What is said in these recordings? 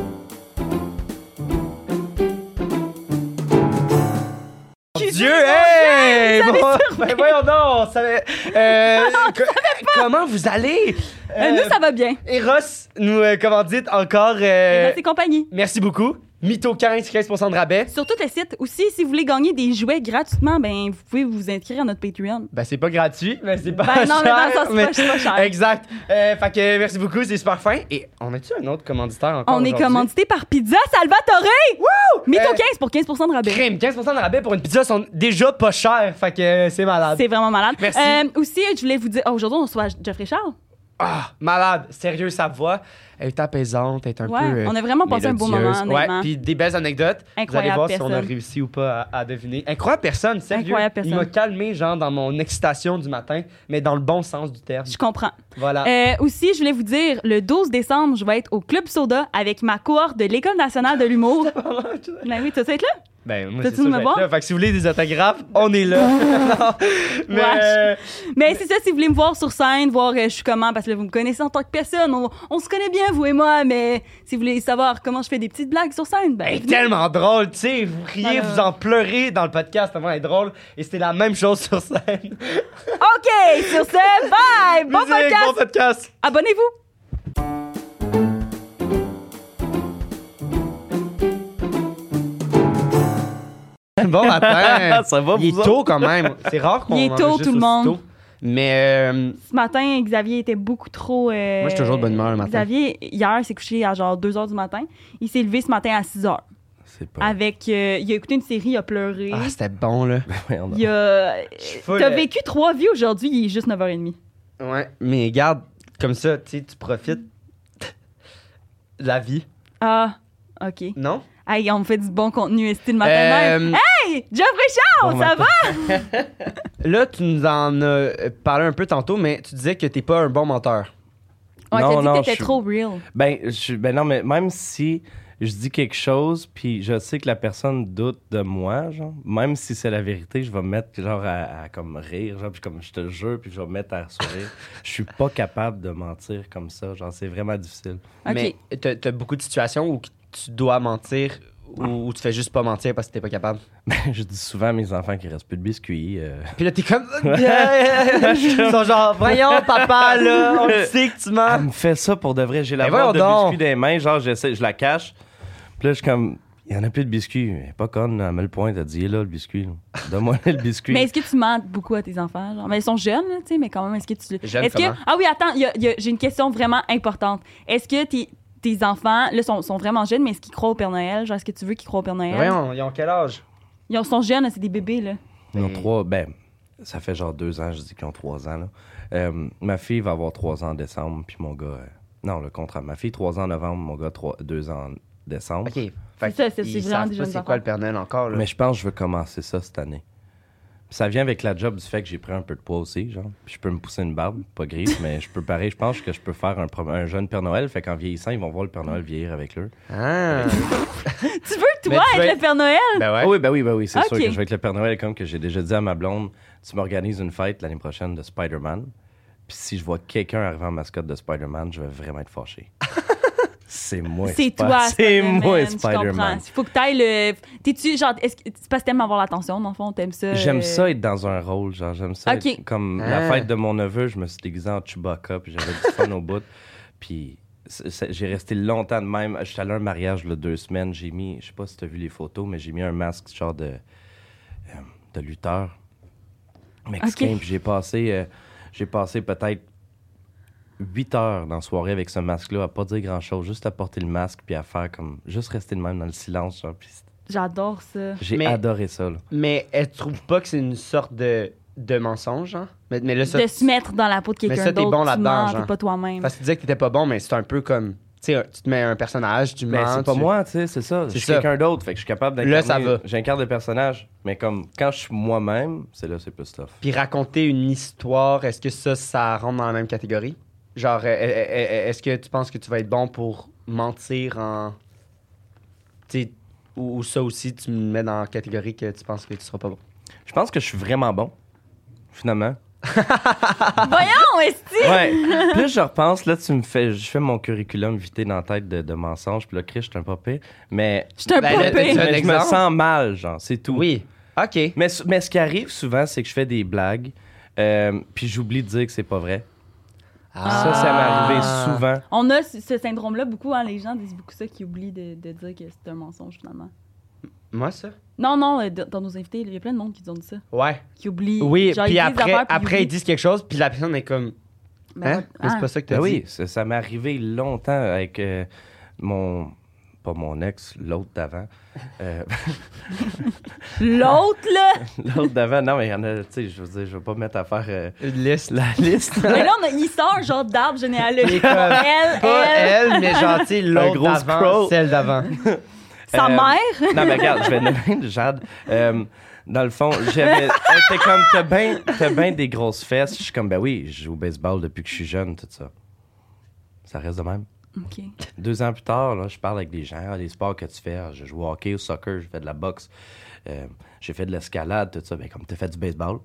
Oh, Dieu! oh, Hey! Bon, ben voyons donc! on savait- euh, co- comment vous allez? Euh, Euh, nous, ça va bien. Eros nous euh, commandite encore. euh, Merci compagnie. merci beaucoup. Mytho 15% de rabais. Sur tous les sites aussi, si vous voulez gagner des jouets gratuitement, ben vous pouvez vous inscrire à notre Patreon. Ben, c'est pas gratuit, mais c'est pas Ben non, mais dans cher. le sens, c'est pas- c'est pas cher. Exact. Euh, fait que euh, merci beaucoup, c'est super fin. Et on a-tu un autre commanditaire encore? On est aujourd'hui? commandité par Pizza Salvatore! Wouh! Mito Euh, 15 pour 15 de rabais. Crime, 15% de rabais pour une pizza sont déjà pas chères. Fait que euh, c'est malade. C'est vraiment malade. Merci. Euh, aussi, je voulais vous dire, oh, aujourd'hui, on reçoit Geoffrey Charles. Ah, malade. Sérieux, sa voix. Elle est apaisante, elle est un Ouais, peu. euh, on a vraiment passé un beau moment, mélodieuse. honnêtement. Ouais, puis des belles anecdotes. Incroyable Vous allez voir si on a personne. réussi ou pas à, à deviner. Incroyable personne, sérieux. Incroyable personne. Il m'a calmé, genre, dans mon excitation du matin, mais dans le bon sens du terme. Je comprends. Voilà. Euh, aussi, je voulais vous dire, le 12 décembre, je vais être au Club Soda avec ma cohorte de l'École nationale de l'humour. ben oui, tu vas être là? ben, moi, t'as-tu c'est sûr, me je vais voir? être là. Fait que si vous voulez des autographes, on est là. Non, mais. Wesh. euh, Mais c'est ça, si vous voulez me voir sur scène, voir euh, je suis comment, parce que là, vous me connaissez en tant que personne, on, on se connaît bien, vous et moi, mais si vous voulez savoir comment je fais des petites blagues sur scène, ben, Elle est venez. tellement drôle, tu sais, vous riez, Voilà. vous en pleurez dans le podcast, tellement elle est drôle, et c'était la même chose sur scène. OK, sur ce, bye! Bon Musique, podcast! Bon podcast! Abonnez-vous! Bon matin! Ça va, Il vous est tôt quand même. C'est rare qu'on Il est tôt, enregistre tout le aussi monde. tôt. Mais euh, Ce matin, Xavier était beaucoup trop. euh, moi, je suis toujours de bonne humeur le matin. Xavier, hier, s'est couché à genre 2 h du matin. Il s'est levé ce matin à 6 h. C'est pas. Avec, euh, il a écouté une série, il a pleuré. Ah, c'était bon, là. Voyons donc. il a. suis full, T'as euh, vécu trois vies aujourd'hui, il est juste 9h30. Ouais. Mais regarde, comme ça, tu sais, tu profites de la vie, Ah, OK. non? Hey, on fait du bon contenu, est le matin même. Euh, Hey, Geoffrey Charles, Bon ça matin. va? Là, tu nous en as euh, parlé un peu tantôt, mais tu disais que t'es pas un bon menteur. Ouais, Non, t'as dit non, que t'étais je suis- trop real. Ben, je- ben non, mais même si je dis quelque chose, puis je sais que la personne doute de moi, genre, même si c'est la vérité, je vais me mettre genre à, à comme rire, genre, puis comme je te le jure, puis je vais me mettre à sourire. je suis pas capable de mentir comme ça, genre, c'est vraiment difficile. OK. Mais t'as t'as beaucoup de situations où tu dois mentir ou, ou tu fais juste pas mentir parce que t'es pas capable. Ben, je dis souvent à mes enfants qu'il reste plus de biscuits. euh, Ah! Puis là, t'es comme. Ils sont genre, voyons, papa, là, on le sait que tu mens. Ah, Elle me fait ça pour de vrai. J'ai la Ben barre de voyons donc. biscuits des mains, genre j'essaie, je la cache. Puis là, je suis comme, il y en a plus de biscuits. Elle est pas conne, elle me le pointe, elle dit, il est là le biscuit. là. Donne-moi le biscuit. Mais est-ce que tu mens beaucoup à tes enfants? Genre? Mais ils sont jeunes, là, tu sais, mais quand même, est-ce que tu. Jeunes est-ce que... comment? Ah oui, attends, il y a- il y a- j'ai une question vraiment importante. Est-ce que tes, tes enfants, là, sont, sont vraiment jeunes, mais est-ce qu'ils croient au Père Noël? Genre, est-ce que tu veux qu'ils croient au Père Noël? Voyons, ils ont quel âge? Ils ont- sont jeunes, là, c'est des bébés, là. Ils ont Mais- trois, ben, ça fait genre deux ans, je dis qu'ils ont trois ans. Là. Euh, ma fille va avoir trois ans en décembre, puis mon gars. euh, non, le contraire. Ma fille, trois ans en novembre, mon gars, trois, deux ans en décembre. OK. Fait que ça, c'est- ils c'est vraiment savent pas des jeunes c'est enfants. quoi le Père Noël encore, là. Mais je pense que je veux commencer ça cette année. Ça vient avec la job du fait que j'ai pris un peu de poids aussi, genre. Puis je peux me pousser une barbe, pas grise, mais je peux pareil. Je pense que je peux faire un, pro- un jeune Père Noël. Fait qu'en vieillissant, ils vont voir le Père Noël vieillir avec eux. Ah. Tu veux, toi, tu être vas- le Père Noël? ben Ah ouais. oui, ben oui, ben oui, c'est Ok. sûr que je vais être le Père Noël, comme que j'ai déjà dit à ma blonde, tu m'organises une fête l'année prochaine de Spider-Man. Puis si je vois quelqu'un arriver en mascotte de Spider-Man, je vais vraiment être fâché. c'est moi. C'est Spi- toi, C'est Spider-Man, moi, je comprends. Spider-Man. Il faut que t'ailles le. T'es-tu, genre, est-ce que c'est parce que t'aimes avoir l'attention, dans le fond? T'aimes ça? euh, J'aime ça être dans un rôle, genre j'aime ça. Ok. être- comme Ah. la fête de mon neveu, je me suis déguisé en Chewbacca, puis j'avais du fun au bout. Puis c'est- c'est- j'ai resté longtemps de même. Je suis allé à un mariage là, deux semaines, j'ai mis, je sais pas si t'as vu les photos, mais j'ai mis un masque genre de, euh, de lutteur mexicain. Ok. Puis j'ai passé, euh, j'ai passé peut-être 8 heures dans la soirée avec ce masque-là, à pas dire grand-chose, juste à porter le masque, puis à faire comme, juste rester de même dans le silence. genre, puis J'adore ça. j'ai Mais- adoré ça. là. Mais elle trouve pas que c'est une sorte de, de mensonge, genre? Mais, mais là, ça. de se mettre dans la peau de Mais quelqu'un ça, t'es d'autre. bon tu là-dedans, mens, genre. T'es pas toi-même. Parce que tu disais que t'étais pas bon, mais c'est un peu comme. Tu sais, un- tu te mets un personnage, tu Mais mens. Ben, c'est pas tu- moi, tu sais, c'est ça. Je suis ça. quelqu'un d'autre, fait que je suis capable d'incarner. Là, ça va. J'incarne des personnages, mais comme quand je suis moi-même, c'est là, c'est plus tough. Puis raconter une histoire, est-ce que ça, ça rentre dans la même catégorie? Genre, euh, euh, euh, est-ce que tu penses que tu vas être bon pour mentir en. Tu sais, ou, ou ça aussi, tu me mets dans la catégorie que tu penses que tu seras pas bon? Je pense que je suis vraiment bon, finalement. Voyons, est Ouais. plus je repense, là, tu me fais, je fais mon curriculum vité dans la tête de, de mensonges, puis là, Chris, je suis un pas pire, mais Je suis un Ben, là, peu t'as- pire. un mais je me exemple? sens mal, genre, c'est tout. Oui. OK. Mais, s- mais ce qui arrive souvent, c'est que je fais des blagues, euh, puis j'oublie de dire que c'est pas vrai. Ça, ça m'est arrivé Ah. souvent. On a ce, ce syndrome-là beaucoup, hein, les gens disent beaucoup ça, qui oublient de, de dire que c'est un mensonge finalement. Moi, ça? Non, non, euh, d- dans nos invités, il y a plein de monde qui ont dit ça, Ouais. qui oublient. Oui, genre, ils puis disent après, des affaires, puis après ils oublient. disent quelque chose, puis la personne est comme, Ben, hein? Mais ah, c'est pas ça que t'as Ben dit. oui, ça, ça m'est arrivé longtemps avec euh, mon. Pas mon ex, l'autre d'avant. Euh, L'autre, là! l'autre d'avant, non, mais il y en a, tu sais, je veux dire, je veux pas mettre à faire euh, Une liste. la liste. Mais là, on a- il sort un genre d'arbre Il est généalogique. comme, elle, Pas elle, elle, mais genre, tu sais, l'autre gros d'avant, scroll. celle d'avant. sa Euh, mère. Non, mais regarde, je vais nommer Jade. Euh, dans le fond, j'avais. elle était comme, t'as bien ben des grosses fesses. Je suis comme, ben oui, je joue au baseball depuis que je suis jeune, tout ça. Ça reste de même. OK. Deux ans plus tard, là, je parle avec des gens, Ah, les sports que tu fais, Ah, je joue au hockey, au soccer, je fais de la boxe, Euh, j'ai fait de l'escalade, tout ça. Ben comme, t'as fait du baseball?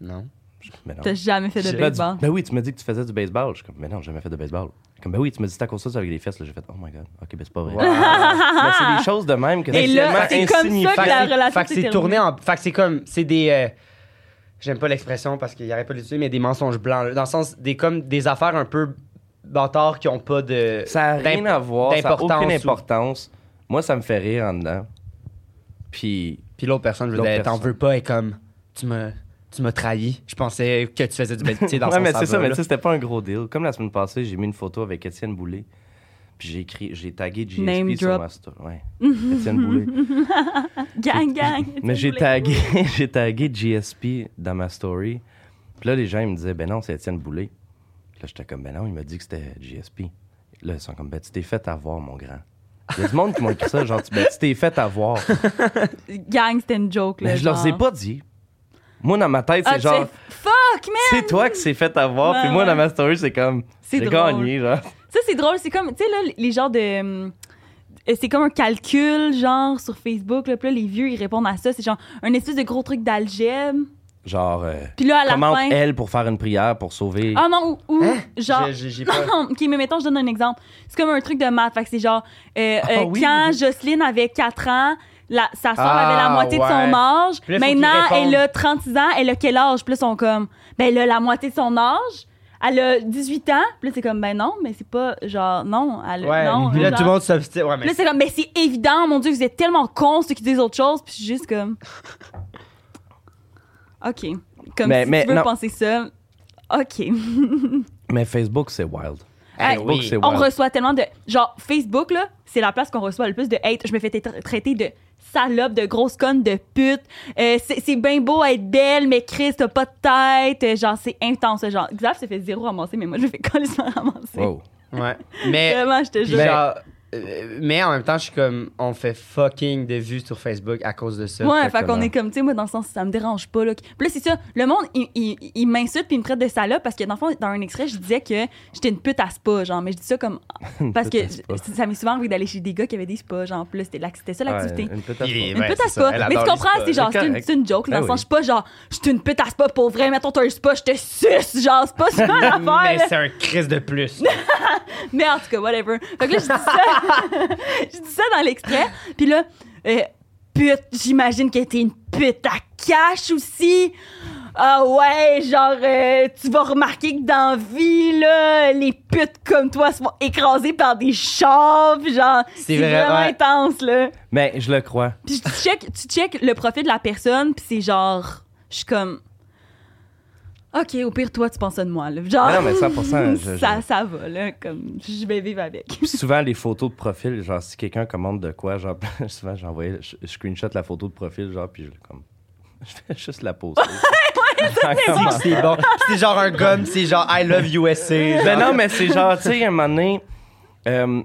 Non. Je- Mais non. T'as jamais fait de J'ai pas baseball. dit- Ben oui, tu m'as dit que tu faisais du baseball. Je suis comme, mais non, j'ai jamais fait de baseball. Comme, ben oui, tu m'as dit c'est à cause de ça, c'est avec les fesses. là. J'ai fait, oh my god, ok, ben c'est pas vrai. mais c'est des choses de même que Et c'est là, tellement c'est comme ça que insignifiant. la c'est- relation fait que s'est c'est terminée. tourné en. Fait que c'est comme. C'est des. euh, J'aime pas l'expression parce qu'il y aurait pas l'utiliser, mais des mensonges blancs. là. dans le sens, des, comme des affaires un peu bâtards qui ont pas de. Ça n'a rien d'imp- à voir, ça n'a aucune d'importance ou- importance. Moi, ça me fait rire en dedans. Puis, Puis l'autre personne, je veux L'autre dire, t'en personne. veux pas, et comme. Tu me. Tu m'as trahi. Je pensais que tu faisais du bête. tu sais, dans ouais, son mais c'est ça, saveur, mais là. tu sais, c'était pas un gros deal. Comme la semaine passée, j'ai mis une photo avec Étienne Boulay. Puis j'ai écrit, j'ai tagué JSP Name sur drop. ma story. Ouais, Étienne Boulay. Gang, gang. Mais j'ai Désolée. tagué, j'ai tagué GSP dans ma story. Puis là, les gens, ils me disaient, ben non, c'est Étienne Boulay. Puis là, j'étais comme, ben non, il m'a dit que c'était GSP. Là, ils sont comme, ben tu t'es fait avoir, mon grand. Il y a du monde qui m'a écrit ça, genre, tu- ben tu t'es fait avoir. Gang, c'était une joke, là. Mais je leur ai genre. pas dit. Moi, dans ma tête, Ah, c'est tu genre, sais, Fuck, man! c'est toi qui s'est fait avoir. Ouais, puis moi, ouais. dans ma story, c'est comme, C'est j'ai drôle. gagné, genre. Ça, c'est drôle. C'est comme, tu sais, là, les- les genres de. hum, euh, C'est comme un calcul, genre, sur Facebook. Là, puis là, les vieux, ils répondent à ça. C'est genre un espèce de gros truc d'algèbre. Genre, euh, Puis là, à la commente fin. elle pour faire une prière pour sauver. Ah non, ou, ou Hein? genre. J'ai- j'ai- j'ai pas- ok, mais mettons, je donne un exemple. C'est comme un truc de maths. Fait que c'est genre, euh, Ah euh, oui. quand Jocelyne avait 4 ans, la- sa soeur Ah, avait la moitié de son ouais. âge. Puis là, faut Maintenant, qu'ils répondent. elle a 36 ans. Elle a quel âge? Puis là, ils sont comme, ben là, la moitié de son âge. Elle a 18 ans. Puis là, c'est comme, ben non, mais c'est pas genre, non. Elle, Ouais. non puis là, genre- tout le monde s'obstine. Ouais, Puis mais. Là, c'est comme, mais c'est évident, mon Dieu, vous êtes tellement cons, ceux qui disent autre chose. Puis je suis juste comme. OK. Comme Mais- si mais tu veux non. penser ça. OK. Mais Facebook, c'est wild. Hey, Facebook, oui. c'est On wild. reçoit tellement de. Genre, Facebook, là, c'est la place qu'on reçoit le plus de hate. Je me fais tra- traiter de salope, de grosse conne, de pute. Euh, c'est c'est bien beau être belle, mais Chris, t'as pas de tête. Euh, Genre, c'est intense. Genre, Xav se fait zéro ramasser, mais moi, je me fais complètement ramasser. Wow. Ouais. Mais. Vraiment, je te Puis jure. genre, euh, mais en même temps, je suis comme, on fait fucking de vues sur Facebook à cause de ça. Ouais, fait Exactement. qu'on est comme, tu sais, moi, dans le sens, ça me dérange pas. Là. Puis là, c'est ça, le monde, il, il- il m'insulte puis il me traite de salope parce que, dans le fond, dans un extrait, je disais que j'étais une pute à spa, genre, mais je dis ça comme. ah, Parce que Une pute à je- ça m'est souvent arrivé d'aller chez des gars qui avaient des spas, genre, puis là, c'était la- c'était ça l'activité. Ouais, une petite affaire. Il est- Une ouais, pute à c'est ça, spa. elle Mais tu adore les comprends, spas. c'est genre, C'est c'est une, correct. c'est une joke, dans Ben le sens, oui. je suis pas genre, je suis une pute à spa pour vrai, mettons, t'as un spa, je te suce, genre, c'est pas super l'affaire. Mais là. c'est un crise de plus. Mais en tout cas, whatever. Fait que là, je dis ça, je dis ça dans l'extrait. Puis là, euh, pute, j'imagine que t'es une pute à cash aussi. Ah ouais, genre, euh, tu vas remarquer que dans la vie, là, les putes comme toi se font écraser par des chars. Puis genre, c'est vrai, vraiment ouais. intense, là. Mais je le crois. Puis tu check, tu check le profil de la personne, puis c'est genre, je suis comme... OK, au pire, toi, tu penses ça de moi, là. Genre, Mais non, mais 100%, je- je- ça, ça va, là, comme, je vais vivre avec. Puis souvent, les photos de profil, genre, si quelqu'un commande de quoi, genre, souvent, j'envoyais, je je screenshot la photo de profil, genre, puis je, comme, je fais juste la poster. Genre, comme- c'est bon. C'est genre un gomme, c'est genre I love USA. Ben non, mais c'est genre, tu sais, à un moment donné, euh,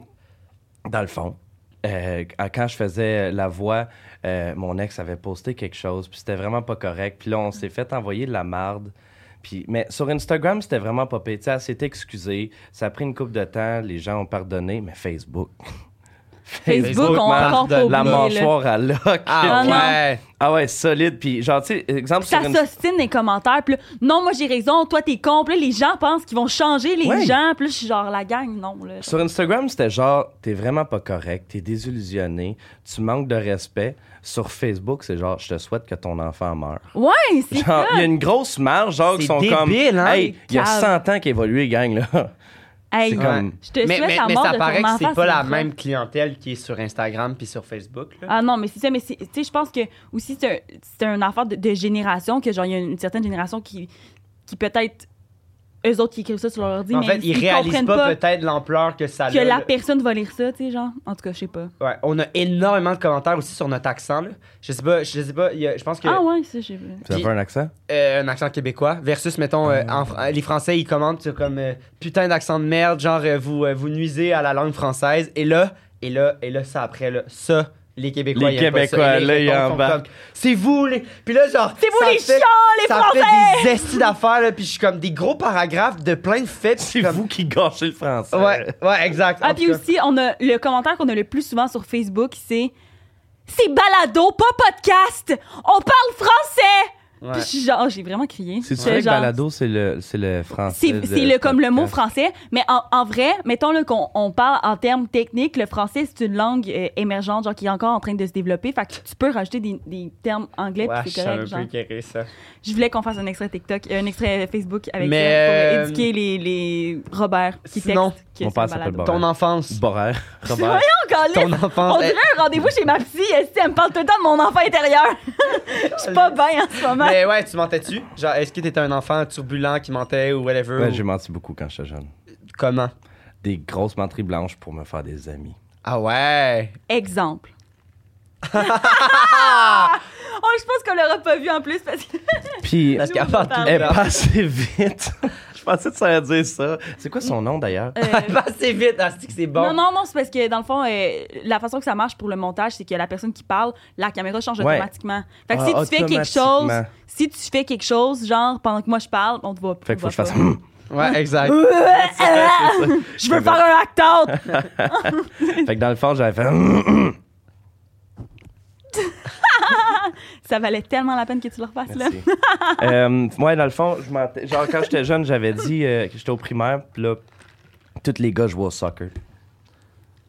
dans le fond, euh, quand je faisais la voix, euh, mon ex avait posté quelque chose, puis c'était vraiment pas correct. Puis là, on s'est fait envoyer de la marde. Puis, mais sur Instagram, c'était vraiment pas pire. Tu sais, elle s'est excusée. Ça a pris une coupe de temps. Les gens ont pardonné. Mais Facebook. Facebook, Facebook, on a encore pas pardon, oublié. là. La mâchoire à lock. Ah Ah non. ouais! Ah ouais, solide. Puis genre, tu sais, exemple sur Ça une... s'ostine les commentaires. Puis là, non, moi j'ai raison, toi t'es con. Puis là, les gens pensent qu'ils vont changer les Ouais. gens. Puis là, je suis genre la gang, non. Là. Sur Instagram, c'était genre, t'es vraiment pas correct, t'es désillusionné, tu manques de respect. Sur Facebook, c'est genre, je te souhaite que ton enfant meure. Ouais, c'est Genre, ça. il y a une grosse marge, genre, qui C'est sont comme. débile, hein? Hey, il y a Cave. 100 ans qu'évolué, gang, là. Hey, C'est comme- Je te souhaite la mort ça de ton paraît que enfant, c'est pas la vrai. même clientèle qui est sur Instagram puis sur Facebook. là. Ah non, mais c'est ça. Mais c'est- tu sais, je pense que aussi, c'est un- c'est un affaire de, de génération, que genre, il y a une certaine génération qui, qui peut-être. Eux autres qui écrivent ça sur leur ordi, en Ah, mais fait, ils, réalisent comprennent pas, pas, peut-être l'ampleur que ça que a. la là. personne va lire ça, tu sais, genre. En tout cas, je sais pas. Ouais, on a énormément de commentaires aussi sur notre accent. Là. Je sais pas, je sais pas, il y a- je pense que Ah ouais, ça, je sais pas. Vous avez Puis- un accent? euh, un accent québécois versus mettons euh, en fr- les Français ils commentent sur comme euh, putain d'accent de merde, genre euh, vous euh, vous nuisez à la langue française et là et là et là ça après là ça les Québécois Les ils aiment pas ça. Québécois, Et là, ils répondent, sont embarquent. comme, C'est vous les puis là genre C'est vous ça les fait- chiens, les ça Français! fait des estis d'affaires là, puis je suis comme des gros paragraphes de plein de faits. puis je suis C'est comme- vous qui gâchez le français. Ouais, ouais, exact. Ah, En puis tout cas. aussi, on a le commentaire qu'on a le plus souvent sur Facebook, c'est c'est balado, pas podcast. On parle français. Ouais. Puis je suis genre, oh, j'ai vraiment crié. C'est J'étais vrai que genre, balado, c'est le, c'est le français. C'est de c'est euh, le, comme le mot podcast. français, mais en, en vrai, mettons là, qu'on on parle en termes techniques, le français, c'est une langue euh, émergente, genre qui est encore en train de se développer. Fait que tu peux rajouter des, des termes anglais, Ouais, puis je c'est suis un peu correct. Genre. écœuré, ça. Je voulais qu'on fasse un extrait TikTok, euh, un extrait Facebook avec Mais, elle euh, pour éduquer les, les Robert qui textent sinon, que mon c'est un père s'appelle balado. Bon. Ton enfance. Borer. Robert. Voyons, Colin! Ton enfance. Eh, On dirait un rendez-vous chez ma psy. Elle, elle me parle tout le temps de mon enfant intérieur. Je suis pas bien en ce moment. Mais ouais, tu mentais-tu? Genre, est-ce que t'étais un enfant turbulent qui mentait ou whatever? Ouais, ou- j'ai menti beaucoup quand j'étais jeune. Comment? Des grosses menteries blanches pour me faire des amis. Ah ouais! Exemple. oh, je pense qu'on l'aura pas vu en plus parce que. Puis, Parce Nous, qu'avant on tout, parle. elle là, passait vite. Je pensais que ça allait dire ça. C'est quoi son nom, d'ailleurs? Euh, elle passait vite, ah, c'est que c'est bon. Non, non, non, c'est parce que dans le fond, euh, la façon que ça marche pour le montage, c'est que la personne qui parle, la caméra change Ouais. automatiquement. Fait que Ah, si tu fais quelque chose, automatiquement. si tu fais quelque chose, genre pendant que moi je parle, on te voit Fait on qu'il faut voit que je fasse... pas. Ouais, exact. C'est ça. Je veux faire un act-out! Fait que dans le fond, j'avais fait... ça valait tellement la peine que tu le refasses, là. Merci. Euh, ouais, dans le fond, je m'entends- genre quand j'étais jeune, j'avais dit euh, que j'étais au primaire, puis là, tous les gars jouaient au soccer.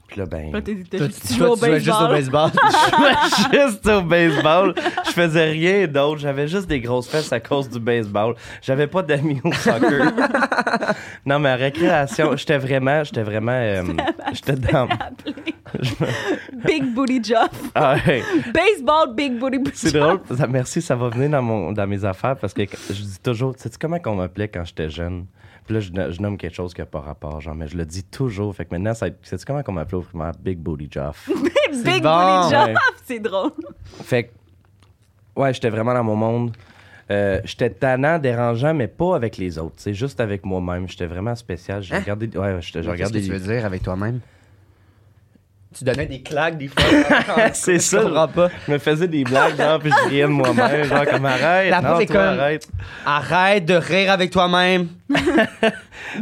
Puis là, ben, Là, t'es- t'es- Toi, tu joues toi, au tu jouais juste au baseball. baseball. je jouais juste au baseball. Je faisais rien d'autre. J'avais juste des grosses fesses à cause du baseball. J'avais pas d'amis au soccer. non, mais à récréation, j'étais vraiment, j'étais vraiment, euh, j'étais dans. Big Booty Job. Ah, ouais. Baseball, big booty booty. C'est drôle. Ça- merci, ça va venir dans, mon, dans mes affaires parce que je dis toujours, sais-tu comment qu'on m'appelait quand j'étais jeune? Puis là, je, no- je nomme quelque chose qui n'a pas rapport, genre, mais je le dis toujours. Fait que maintenant, ça- sais-tu comment qu'on m'appelait au primaire? Big Booty Joff. big bon, booty job, ouais. c'est drôle. fait que, ouais, j'étais vraiment dans mon monde. Euh, j'étais tannant, dérangeant, mais pas avec les autres. C'est juste avec moi-même. J'étais vraiment spécial. J'ai regardé. Ouais, j'étais- j'ai regardé. les- dire avec toi-même? Tu donnais des claques des fois. C'est ça. Je comprends pas. Je me faisais des blagues, genre, puis je riais de moi-même. Genre, comme arrête. La non, preuve est toi, comme- arrête. Arrête de rire avec toi-même. Job,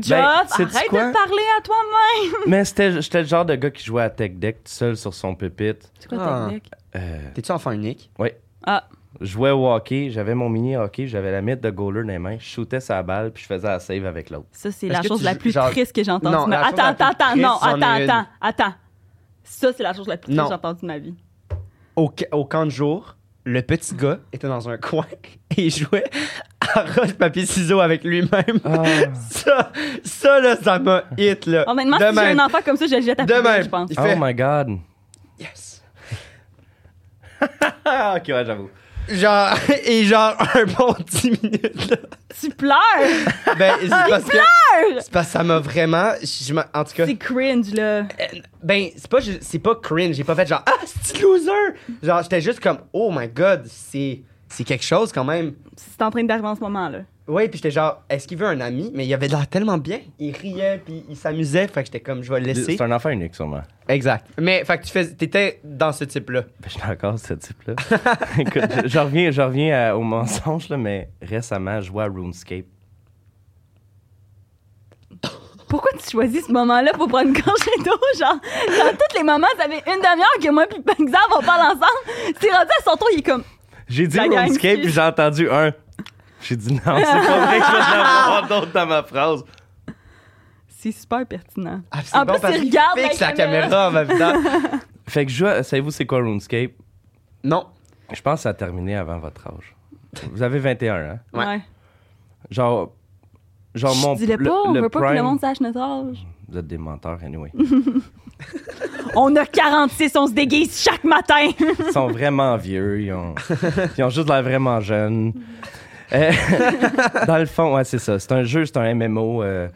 Ben, sais-tu arrête quoi? de parler à toi-même. Mais c'était- j'étais le genre de gars qui jouait à Tech Deck tout seul sur son pupitre. C'est quoi ta Ah. technique? Euh, T'es-tu enfant unique? Ah, je jouais au hockey, j'avais mon mini hockey, j'avais la mythe de goaler dans les mains, je shootais sa balle puis je faisais la save avec l'autre. ça, c'est Est-ce la que chose tu la joues- plus genre- triste que j'ai entendue. Non, mais la chose attends, la plus attends, attends, non, triste, j'en attends, ai attends, attends. Ça, c'est la chose la plus triste Non. que j'ai entendue de ma vie. Au, ca- au camp de jour, le petit gars était dans un coin et il jouait à roche, papier, ciseaux avec lui-même. Ça, ça, là, ça m'a hit, là. Honnêtement, De si j'ai même. un enfant comme ça, je le jette à De poubelle, même. je pense. Il Oh fait, my god! yes. Ah, ok, ouais, j'avoue. Genre, et genre, un bon 10 minutes, là. Tu pleures! Ben, c'est Ah, parce que. C'est parce que ça m'a vraiment. je m'en- en tout cas. C'est cringe, là. euh, Ben, c'est pas, ju- c'est pas cringe. J'ai pas fait genre, ah, c'est loser! Genre, j'étais juste comme, oh my god, c'est, c'est quelque chose quand même. C'est en train d'arriver en ce moment, là. Ouais, puis j'étais genre, est-ce qu'il veut un ami? Mais il avait l'air tellement bien. Il riait, puis il s'amusait. Fait que j'étais comme, je vais le laisser. C'est un enfant unique, sûrement. Exact. Mais, fait que tu fais, t'étais dans ce type-là. Ben, Je suis encore ce type-là. Écoute, je- je reviens, je reviens à- au mensonge, là, mais récemment, je jouais à RuneScape. pourquoi tu choisis ce moment-là pour prendre une gorgée d'eau? Genre, dans tous les moments, ça fait une demi-heure que moi puis Xav, on parle ensemble. C'est rendu à son tour, il est comme, J'ai dit La gang RuneScape, qui- puis j'ai entendu un. J'ai dit non, c'est pas vrai que je vais en avoir d'autres dans ma phrase. c'est super pertinent. Ah, c'est En bon plus, parce il qu'il regarde fixe la la caméra en même temps. Fait que je joue à- savez-vous c'est quoi RuneScape? Non. Je pense que ça a terminé avant votre âge. Vous avez 21, hein? Ouais. Genre, genre mon. Je dis-le pas, on veut pas que le prime- monde sache notre âge. Vous êtes des menteurs, anyway. On a 46, on se déguise chaque matin. Ils sont vraiment vieux. Ils ont, ils ont juste l'air vraiment Mm. jeunes. Euh, dans le fond, ouais, c'est ça. C'est un jeu, c'est un MMO. euh,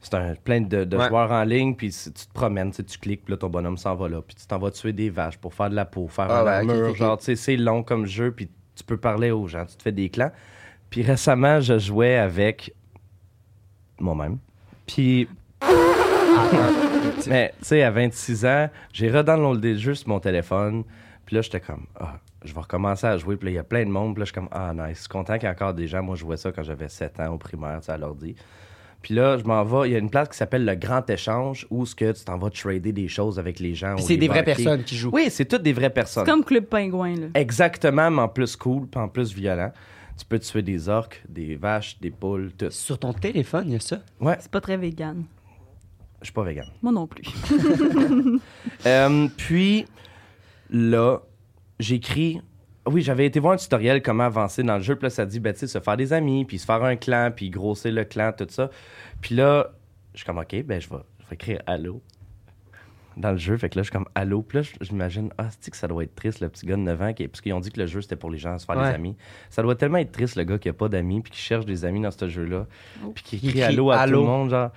c'est un plein de, de Ouais. joueurs en ligne. Puis si tu te promènes, tu sais, tu cliques, puis là, ton bonhomme s'en va là. Puis tu t'en vas tuer des vaches pour faire de la peau, faire Ah un ouais, armure. ok, ok, ok. Genre, tu sais, c'est long comme jeu. Puis tu peux parler aux gens. Tu te fais des clans. Puis récemment, je jouais avec moi-même. Puis mais, tu sais, à 26 ans, j'ai redownloadé le jeu sur mon téléphone. Puis là, j'étais comme, ah, je vais recommencer à jouer. Puis là, il y a plein de monde. Puis là, je suis comme, ah, nice. Je suis content qu'il y a encore des gens. Moi, je jouais ça quand j'avais 7 ans au primaire, tu sais, à l'ordi. Puis là, je m'en vais. Il y a une place qui s'appelle le Grand Échange où ce que tu t'en vas trader des choses avec les gens. Puis ou c'est les des vraies banquiers. personnes qui jouent. Oui, c'est toutes des vraies personnes. Comme Club Pingouin, là. Exactement, mais en plus cool, puis en plus violent. Tu peux tuer des orques, des vaches, des poules, tout. Sur ton téléphone, il y a ça. Ouais, C'est pas très vegan. je suis pas vegan. Moi non plus. Euh, puis là, j'écris. Oui, j'avais été voir un tutoriel comment avancer dans le jeu. Puis là, ça dit, ben, tu sais, se faire des amis, puis se faire un clan, puis grossir le clan, tout ça. Puis là, je suis comme, OK, ben, je vais, je vais écrire Allô dans le jeu. Fait que là, je suis comme Allô. Puis là, je- j'imagine, ah, c'est que ça doit être triste, le petit gars de 9 ans, qui, parce qu'ils ont dit que le jeu, c'était pour les gens, se faire Ouais. des amis. Ça doit tellement être triste, le gars qui a pas d'amis, puis qui cherche des amis dans ce jeu-là, puis qui Oh. Il écrit crie Allô à Allô. tout le monde, genre.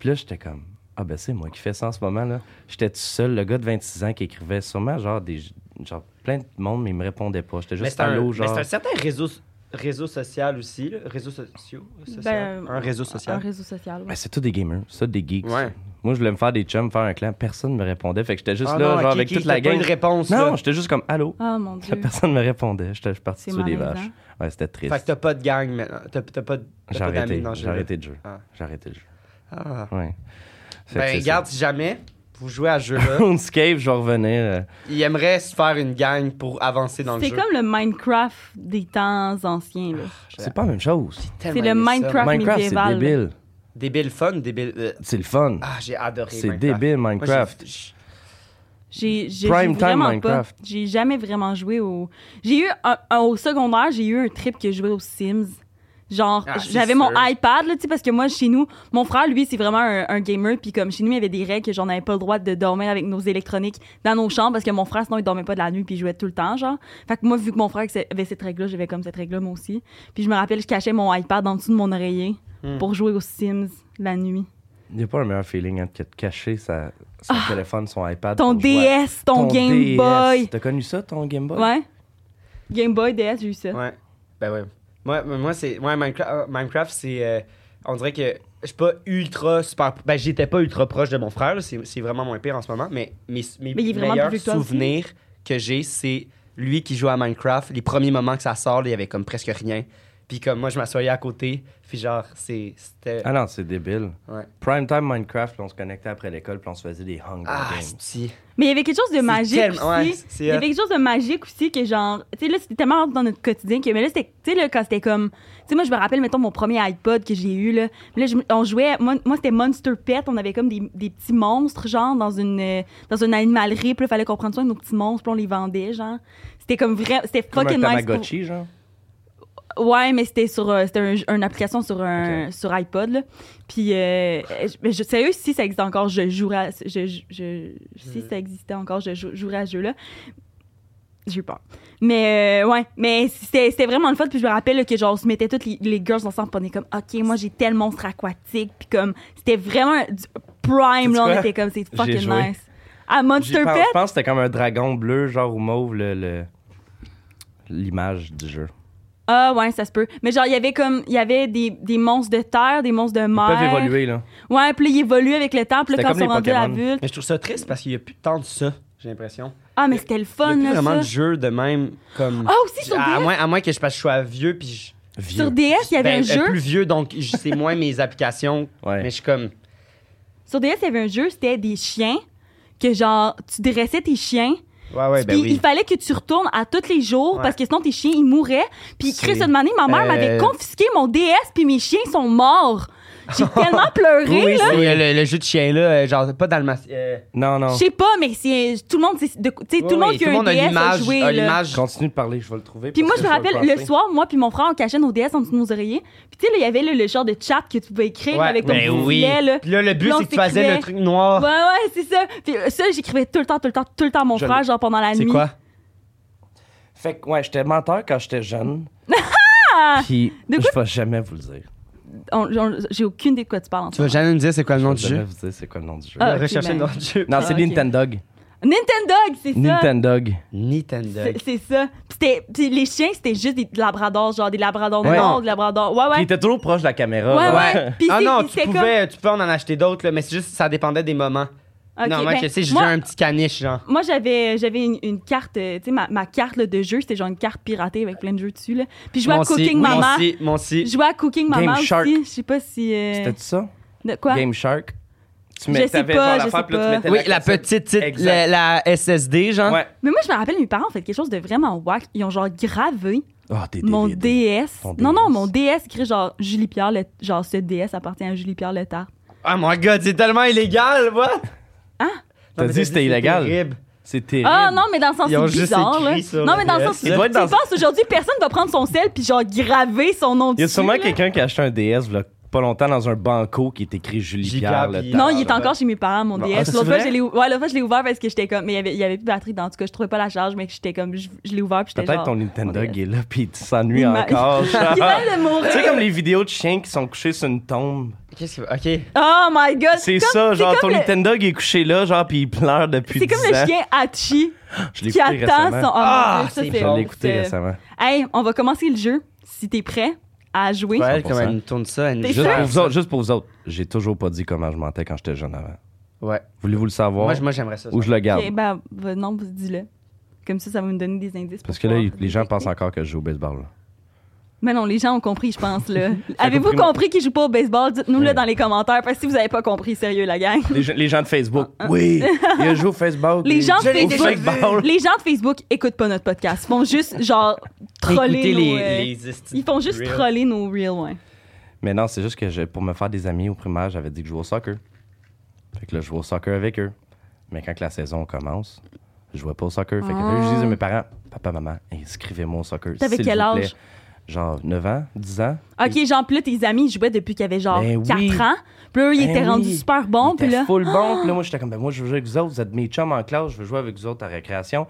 Puis là, j'étais comme, ah ben c'est moi qui fais ça en ce moment, là. J'étais tout seul, le gars de 26 ans qui écrivait sûrement, genre, des, genre plein de monde, mais il me répondait pas. J'étais Mais juste c'est un, allô, mais genre. c'est un certain réseau, réseau social aussi. là. Réseau socio- social. un réseau social. Ben, Un réseau social, ouais. Ben, c'est tous des gamers, ça, des geeks. Ouais. Moi, je voulais me faire des chums, faire un clan. Personne me répondait. Fait que j'étais juste Ah là, non, genre, ok, avec ok, toute la t'as pas gang. une réponse, là. non, j'étais juste comme allô. Ah, mon Dieu. Personne me répondait. J'étais je suis parti C'est hein? sur des malaisant. vaches. Ouais, c'était triste. Fait que t'as pas de gang maintenant. T'as, t'as pas, de- t'as J'ai pas d'amis arrêté. dans le J'ai jeu. arrêté le jeu. Ah. J'ai arrêté le jeu. Ah. Ouais. Fait que Ben, c'est regarde, ça. si jamais vous jouez à ce jeu-là, RuneScape, je vais revenir. euh, il aimerait se faire une gang pour avancer dans le C'est jeu. comme le Minecraft des temps anciens, là. C'est pas la même chose. Tellement le aimé ça. Minecraft. Minecraft, c'est médiéval. débile. Débile fun, débile. euh, C'est le fun. Ah, j'ai adoré. C'est Minecraft. débile, Moi, j'ai- Minecraft. j- J'ai j'ai- Prime j'ai time vraiment Minecraft. pas. J'ai jamais vraiment joué au. J'ai eu un- un- au secondaire, j'ai eu un trip que je jouais aux Sims. Genre, Ah, c'est j'avais mon sûr. iPad, là, tu sais, parce que moi, chez nous, mon frère, lui, c'est vraiment un, un gamer, puis comme chez nous, il y avait des règles que j'en avais pas le droit de dormir avec nos électroniques dans nos chambres, parce que mon frère, sinon, il dormait pas de la nuit, puis il jouait tout le temps, genre. Fait que moi, vu que mon frère avait cette règle-là, j'avais comme cette règle-là, moi aussi. Puis je me rappelle, je cachais mon iPad en dessous de mon oreiller Hmm. pour jouer aux Sims la nuit. Il n'y a pas un meilleur feeling hein, que de cacher sa, son téléphone, son iPad. Ah! Ton pour jouer à- DS, ton, Game DS. Boy. T'as connu ça, ton Game Boy? Ouais. Game Boy DS, j'ai eu ça. Ouais. Ben ouais. Moi, moi c'est. Ouais, Minecraft, euh, Minecraft c'est. euh, on dirait que. Je suis pas ultra super. Ben, j'étais pas ultra proche de mon frère, là, c'est c'est vraiment moins pire en ce moment, mais mes, mes Mais il est vraiment meilleurs plus vieux que toi aussi. souvenirs que j'ai, c'est lui qui joue à Minecraft. Les premiers moments que ça sort, là, il y avait comme presque rien. Puis comme moi, je m'assoyais à côté, puis genre, c'est- c'était. Ah non, c'est débile. Ouais. Prime time Minecraft, puis on se connectait après l'école, puis on se faisait des Hunger Ah, Games. c'est Mais il y avait quelque chose de C'est magique tellement- ouais, aussi. c'est- il y avait quelque chose de magique aussi que genre, tu sais là c'était tellement dans notre quotidien que mais là c'était tu sais là quand c'était comme tu sais moi je me rappelle mettons mon premier iPod que j'ai eu là, là je- on jouait moi, moi, c'était Monster Pet, on avait comme des, des petits monstres genre dans une euh, dans une animalerie, puis il fallait qu'on prenne soin de nos petits monstres, puis on les vendait genre. C'était comme vrai, c'était Comme un fucking nice. pour- Tamagotchi, genre. Ouais, mais c'était sur euh, c'était un- une application sur un Ok. sur iPod là. Puis euh, je, mais je- sérieux si ça existe encore, je jouerais à, ce- je, je- je- si ça existait encore, je jou- jouerais à ce jeu là. J'ai eu peur. Mais euh, ouais, mais c'était c'était vraiment le fun puis je me rappelle là, que genre on se mettait toutes les, les girls ensemble, puis on est comme OK, moi j'ai tel monstre aquatique puis comme c'était vraiment du prime Sais-tu là, on quoi? était comme c'est J'ai fucking joué. nice. À J'y Monster pense- Pet, Je pense que c'était comme un dragon bleu, genre ou mauve, le- le- l'image du jeu. ah ouais, ça se peut. Mais genre il y avait comme il y avait des, des monstres de terre, des monstres de Ils mer. peuvent évoluer, là. Ouais, puis là, il évolue avec le temps. Puis là, C'était quand ils comme sont rendus les à Pokémon. adulte. Mais je trouve ça triste parce qu'il y a plus tant de ça, j'ai l'impression. Ah, mais c'était le fun, Il y a plus là, vraiment ça. de jeux de même comme. Ah, aussi sur à, à DS. moins, à moins que je, parce que je sois vieux, puis je. Vieux. Sur DS, il y avait Ben, euh, un jeu. plus vieux, donc j- c'est moins mes applications. Ouais. Mais je suis comme. Sur DS, il y avait un jeu, c'était des chiens, que genre, tu dressais tes chiens, Ouais, ouais, ben puis oui. il fallait que tu retournes à tous les jours Ouais. parce que sinon tes chiens ils mouraient. Puis C'est- Chris a demandé, ma mère Euh, m'avait confisqué mon DS puis mes chiens sont morts. J'ai tellement pleuré Oui, là. c'est euh, le, le jeu de chien là, euh, genre pas dalmatien. euh, Non, non. Je sais pas, mais c'est tout le monde, c'est de- tu sais, tout ouais, le monde ouais, qui a un a DS a l'image- joué. a là. l'image. Continue de parler, je vais le trouver. Puis moi, parce je me que vais rappelle, le penser. soir, moi puis mon frère, on cachait nos DS en dessous de nos oreillers. Puis tu sais, là, il y avait là, le genre de chat que tu pouvais écrire Ouais, avec ton ben petit oui. Ah. filet, là. Puis là, le but Là, on c'est que tu faisais s'écrivait. le truc noir. Ouais, ouais, c'est ça. Puis euh, ça, j'écrivais tout le temps, tout le temps, tout le temps à mon Je frère, l'ai. genre pendant la nuit. C'est quoi Fait que, ouais, j'étais menteur quand j'étais jeune. Puis, Ah. De quoi- je vais jamais vous le dire. On- on- J'ai aucune idée de quoi tu parles en Tu vas jamais me dire c'est quoi le nom du Je vais jamais jeu vous dire c'est quoi le nom du jeu. Ah, ok, Rechercher ben. le nom du jeu. Non, c'est Ah, ok. Nintendog. Nintendog, c'est ça. Nintendog. Nintendo. C'est- C'est ça. Puis c'était- puis les chiens, c'était juste des labradors, genre des labradors Ouais. noirs, des labradors. Ouais, Puis, il ouais. était trop proche de la caméra. Ouais, là. ouais. Puis ah c'est- non, puis tu c'était pouvais, tu pouvais en en acheter d'autres, là, mais c'est juste ça dépendait des moments. Ok, non, moi, ben, je sais, j'ai moi- joué à un petit caniche, genre. Moi, j'avais j'avais une, une carte, euh, tu sais, ma, ma carte là, de jeu, c'était genre une carte piratée avec plein de jeux dessus. Là. Puis je jouais à Mon si, Cooking oui, Mama. Mon si, mon si. Je jouais à Cooking Game Mama aussi. Shark. Je sais pas si. euh, C'était ça? de quoi? Game Shark. Tu Je sais t'avais pas, genre je l'affaire, sais puis là, pas. tu mettais Oui, la cassette. petite, petite, la, Exact. la SSD, genre. Ouais. Mais moi, je me rappelle, mes parents ont fait quelque chose de vraiment whack. Ils ont genre gravé Oh, t'es mon DVD. DS. Ton Non, DS. non, mon DS écrit genre Julie Pierre, Le- genre ce DS appartient à Julie Pierre Letard. Ah, Oh my god, c'est tellement illégal, what? Hein? Non, mais T'as dit que c'était illégal. terrible. C'est terrible. Ah non, mais dans le sens Ils ont c'est juste bizarre écrit là. sur non le mais dans le sens DS. tu, Il doit être tu dans- penses aujourd'hui personne va prendre son sel puis genre graver son nom Il y a dessus. sûrement là. quelqu'un qui a acheté un DS v'là pas longtemps dans un banco qui est écrit Julie Julie Pierre. Pierre, là, puis- dedans, Non, il est là. encore chez mes parents mon Bon, DS. ah, c'est L'autre fois vrai? je l'ai ou- ouais, l'autre fois je l'ai ouvert parce que j'étais comme mais il y avait il y avait plus de batterie dans en tout cas, je trouvais pas la charge mais que j'étais comme je, je l'ai ouvert puis j'étais Peut-être genre ton Nintendo est là puis tu s'ennuies Il m'a- encore. Il vient de Tu sais mourir. comme les vidéos de chiens qui sont couchés sur une tombe. Qu'est-ce que. Ok. Oh my god. C'est comme- ça, genre comme ton le- Nintendo il est couché là, genre puis il pleure depuis C'est 10 ans. comme le chien Hachi Je l'ai qui écouté attend son récemment. oh, mon Ah, Dieu, ça, c'est c'est Je bon, l'ai écouté c'est- récemment. Hey, on va commencer le jeu si t'es prêt à jouer. Ouais, 100%. comment elle nous tourne ça, elle nous T'es joue sûr? Juste ça. pour, vous autres, juste pour vous autres, j'ai toujours pas dit comment je mentais quand j'étais jeune avant. Ouais. Voulez-vous le savoir Moi, je- moi, j'aimerais ça. ça. ou je le garde? Ok, ben va- non, vous dis-le. Comme ça ça va me donner des indices. Parce que pour là, pouvoir il- les gens détecter. pensent encore que je joue au baseball. là. Mais non, les gens ont compris, je pense. là. Avez-vous compris, moi. compris qu'ils jouent pas au baseball? Dites-nous-le Ouais. dans les commentaires, parce que si vous avez pas compris, sérieux, la gang. Les, gens- les gens de Facebook. Oui, il a joué au Facebook. Ah, Les gens, de Je l'ai Facebook, déjà vu. les gens de Facebook écoutent pas notre podcast. Ils font juste, genre, troller Écoutez nos... les, euh, les esti- Ils font juste reels. troller nos reels, ouais. Mais non, c'est juste que je- pour me faire des amis au primaire, j'avais dit que je jouais au soccer. Fait que là, je jouais au soccer avec eux. Mais quand que la saison commence, je jouais pas au soccer. Fait que là, je disais à mes parents, papa, maman, inscrivez-moi au soccer. Ah. T'avais s'il quel vous plaît. âge? Genre 9 ans, 10 ans. OK, genre, puis là, tes amis jouaient depuis qu'ils avaient, genre, Ben oui. 4 ans. Puis là, eux, ils Ben étaient oui. rendus super bons, Il puis était là... Ah! full bon. Puis là, moi, j'étais comme, ben, moi, je veux jouer avec vous autres. Vous êtes mes chums en classe. Je veux jouer avec vous autres à récréation.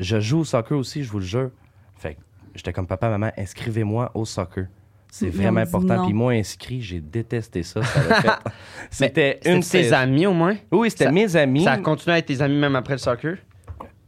Je joue au soccer aussi, je vous le jure. Fait que j'étais comme, papa, maman, inscrivez-moi au soccer. C'est Ils vraiment ont dit important. non. Puis moi, inscrit, j'ai détesté ça. ça l'a fait. C'était C'était une de tes saison. amis, au moins. Oui, c'était Ça- mes amis. Ça a continué à être tes amis même après le soccer.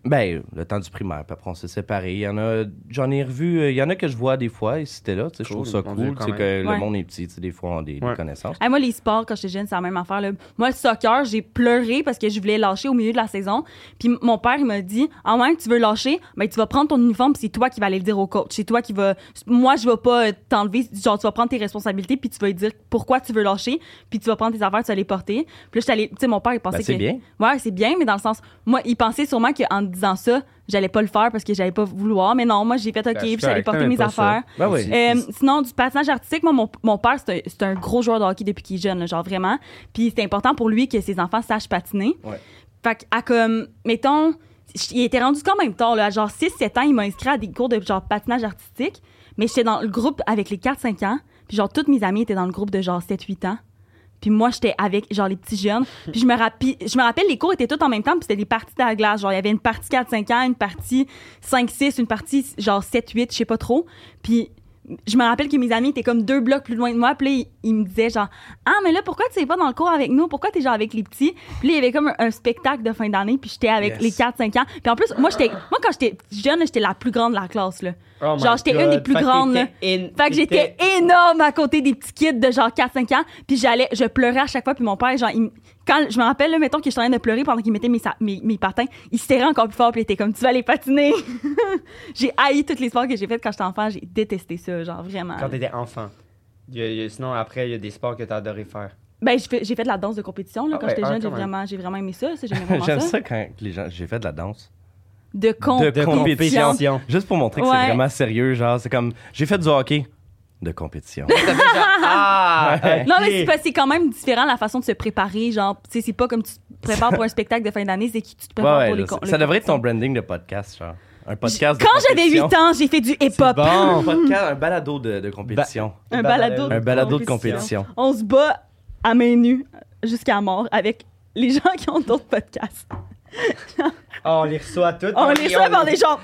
Ben, le temps du primaire. Puis après, on s'est séparés. Il y en a, j'en ai revu. euh, Il y en a que je vois des fois. Et c'était là. tu sais, Je Cool, trouve ça mon Dieu, cool. quand C'est que Ouais. Ah, le monde est petit. tu sais, Des fois, on a des, des Ouais. connaissances. Hey, moi, les sports, quand j'étais jeune, c'est la même affaire. Là. Moi, le soccer, j'ai pleuré parce que je voulais lâcher au milieu de la saison. Puis m- mon père, il m'a dit Ah ouais, tu veux lâcher ben, Tu vas prendre ton uniforme, puis c'est toi qui vas aller le dire au coach. C'est toi qui vas. Moi, je vais pas euh, t'enlever. Genre, tu vas prendre tes responsabilités, puis tu vas lui dire pourquoi tu veux lâcher, puis tu vas prendre tes affaires, tu vas les porter. Puis là, j'étais allée- Tu sais, mon père, il pensait Ben, c'est que. bien. Ouais, c'est bien, mais dans le sens. Moi, il pensait sûrement qu'en disant ça, j'allais pas le faire parce que j'allais pas vouloir. Mais non, moi, j'ai fait Ben, OK, puis c'est j'allais correct, porter t'aimes mes pas ça. affaires. Ben oui. Euh, sinon, du patinage artistique, moi, mon, mon père, c'est un, c'est un gros joueur de hockey depuis qu'il est jeune, là, genre vraiment. Puis c'est important pour lui que ses enfants sachent patiner. Ouais. Fait que, à comme, mettons, j- il était rendu quand même tard, là, à genre 6-7 ans, il m'a inscrit à des cours de genre patinage artistique. Mais j'étais dans le groupe avec les 4-5 ans. Puis genre, toutes mes amies étaient dans le groupe de genre 7-8 ans. Puis moi, j'étais avec, genre, les petits jeunes. Puis je me, rappi- je me rappelle, les cours étaient tous en même temps, puis c'était des parties de la glace. Genre, il y avait une partie 4-5 ans, une partie 5-6, une partie, genre, 7-8, je sais pas trop. Puis je me rappelle que mes amis étaient comme deux blocs plus loin de moi. Puis là, ils, ils me disaient, genre, « Ah, mais là, pourquoi tu sais pas dans le cours avec nous? Pourquoi t'es, genre, avec les petits? » Puis là, il y avait comme un, un spectacle de fin d'année, puis j'étais avec Yes. les 4-5 ans. Puis en plus, moi, j'étais, moi quand j'étais jeune, là, j'étais la plus grande de la classe, là. Oh my Genre, j'étais une God. des plus Fait que grandes, t'étais in- Fait que j'étais t'étais- énorme à côté des petits kids de genre 4-5 ans. Puis j'allais, je pleurais à chaque fois. Puis mon père, genre, il m- quand je me rappelle, là, mettons que j'étais en train de pleurer pendant qu'il mettait mes, sa- mes, mes patins, il se serrait encore plus fort. Puis il était comme, tu vas aller patiner. j'ai haï toutes les sports que j'ai faites quand j'étais enfant. J'ai détesté ça, genre vraiment. Quand t'étais enfant. Il y a- il y a- sinon, après, il y a des sports que t'as adoré faire. Ben, j'ai fait, j'ai fait de la danse de compétition, là, Ah quand ouais, j'étais ah, jeune, j'ai quand même. vraiment, j'ai vraiment aimé ça, ça, j'aimais vraiment J'aime ça. ça quand les gens. J'ai fait de la danse. De compétition. De compétition. compétition. Juste pour montrer que Ouais. c'est vraiment sérieux. Genre, c'est comme. J'ai fait du hockey. De compétition. Ah! ok. Non, mais c'est parce que c'est quand même différent la façon de se préparer. Genre, tu sais, c'est pas comme tu te prépares pour un spectacle de fin d'année, c'est que tu te Ouais, prépares ouais, pour les là, con- ça- les ça devrait être ton compétitions. branding de podcast, genre. Un podcast de Quand j'avais 8 compétition. ans, j'ai fait du hip-hop. bon. Un podcast, un balado de, de compétition. Un balado. un balado de compétition. compétition. On se bat à main nue jusqu'à mort avec les gens qui ont d'autres podcasts. Ah, on les reçoit toutes. On les reçoit par des gens.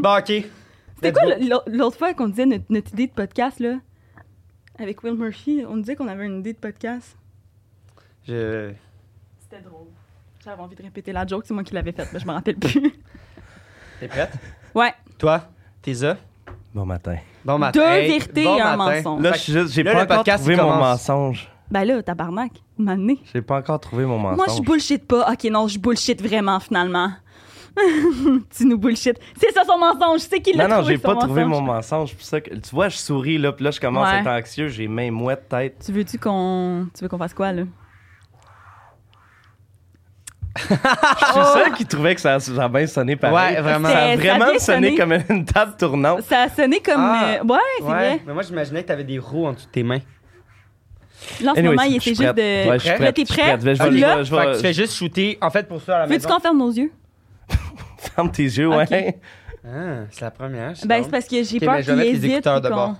Bon, ok. C'était Let's quoi go. le- l'au- l'autre fois qu'on disait notre, notre idée de podcast, là? Avec Will Murphy, on disait qu'on avait une idée de podcast. Je- C'était drôle. J'avais envie de répéter la joke, c'est moi qui l'avais faite, mais je me rappelle plus. T'es prête? Ouais. Toi, t'es là? Bon matin. Bon matin. Deux Hey, vérités bon et un matin. mensonge. Là, je suis juste- j'ai Là, pas le encore podcast, trouvé il mon commence. mensonge. Ben là, tabarnak, m'amener. J'ai pas encore trouvé mon mensonge. Moi, je bullshit pas. Ok, non, je bullshit vraiment, finalement. tu nous bullshit. C'est ça son mensonge, c'est qu'il l'a Non, non, trouvé. j'ai pas son trouvé mon mensonge. mensonge. c'est pour ça que, tu vois, je souris, là, puis là, je commence à Ouais. être anxieux. J'ai main mouette, tête. Tu veux-tu qu'on. Tu veux qu'on fasse quoi, là? Je suis le seul qui trouvait que ça, ça a bien sonné pareil. Ouais, vraiment. Ça C'est- a Ah, Eh, ça a vraiment bien sonné sonné. comme une table tournante. Ça a sonné comme. Ah. euh, Ouais, c'est Ouais, vrai. mais moi j'imaginais que t'avais des roues en dessous de tes mains. Là, en ce Anyway, moment, il je suis était juste prête. de. Ouais, je suis Là, prête, t'es je suis prêt? prête. Je vais- je vais- Ok. je Là? vais- je Fait que tu vais- fais juste shooter, en fait, pour ça à la Veux-tu maison. qu'on ferme nos yeux? Ferme tes yeux, Ok. ouais. Ah, c'est la première. je suis Ben, down. c'est parce que j'ai Ok, peur mais je qu'il vais mettre hésite. les écouteurs de puis bord.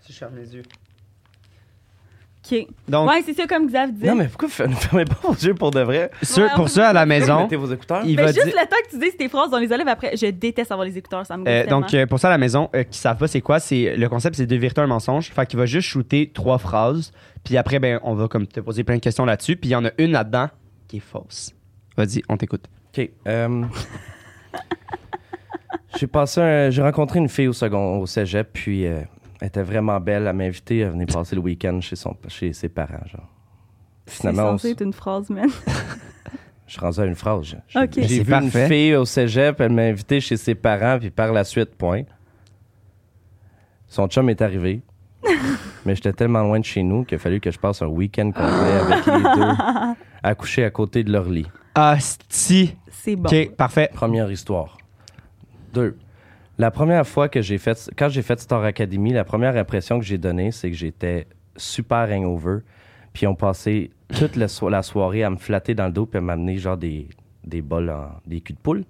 Si je ferme les yeux. qu'on- Ok. Donc, Ouais, c'est ça, comme Xav disait. Non, mais pourquoi vous ne fermez pas vos yeux pour de vrai? ceux- Ouais, on pour peut- ceux à la maison, Mettez vos écouteurs. il Mais va Ben, juste dire. le temps que tu dises tes phrases, on les enlève après. Je déteste avoir les écouteurs, ça me Euh, Eh, gosse donc, tellement. euh, pour ça, à la maison, euh, qui savent pas c'est quoi, c'est le concept, c'est de vérité un mensonge. Fait qu'il va juste shooter trois phrases. Puis après, ben, on va comme te poser plein de questions là-dessus. Puis il y en a une là-dedans qui est fausse. Vas-y, on t'écoute. OK. euh, j'ai passé un- J'ai rencontré une fille au, second, au cégep, puis euh, elle était vraiment belle. Elle m'a invité à venir passer le week-end chez, son, chez ses parents, genre. C'est euh, Finalement, on censé s- être une phrase, man. je suis rendu à une phrase. J'ai- J'ai Ok. j'ai C'est vu parfait. une fille au cégep, elle m'a invité chez ses parents, puis par la suite, point. Son chum est arrivé. mais j'étais tellement loin de chez nous qu'il a fallu que je passe un week-end complet avec les deux, à coucher à côté de leur lit. Ah, si. C'est bon. Ok, parfait. Première histoire. Deux. La première fois que j'ai fait, quand j'ai fait Star Academy, la première impression que j'ai donnée, c'est que j'étais super hangover. Puis on passait toute la, so- la soirée à me flatter dans le dos puis à m'amener genre des, des bols, en- des culs de poule.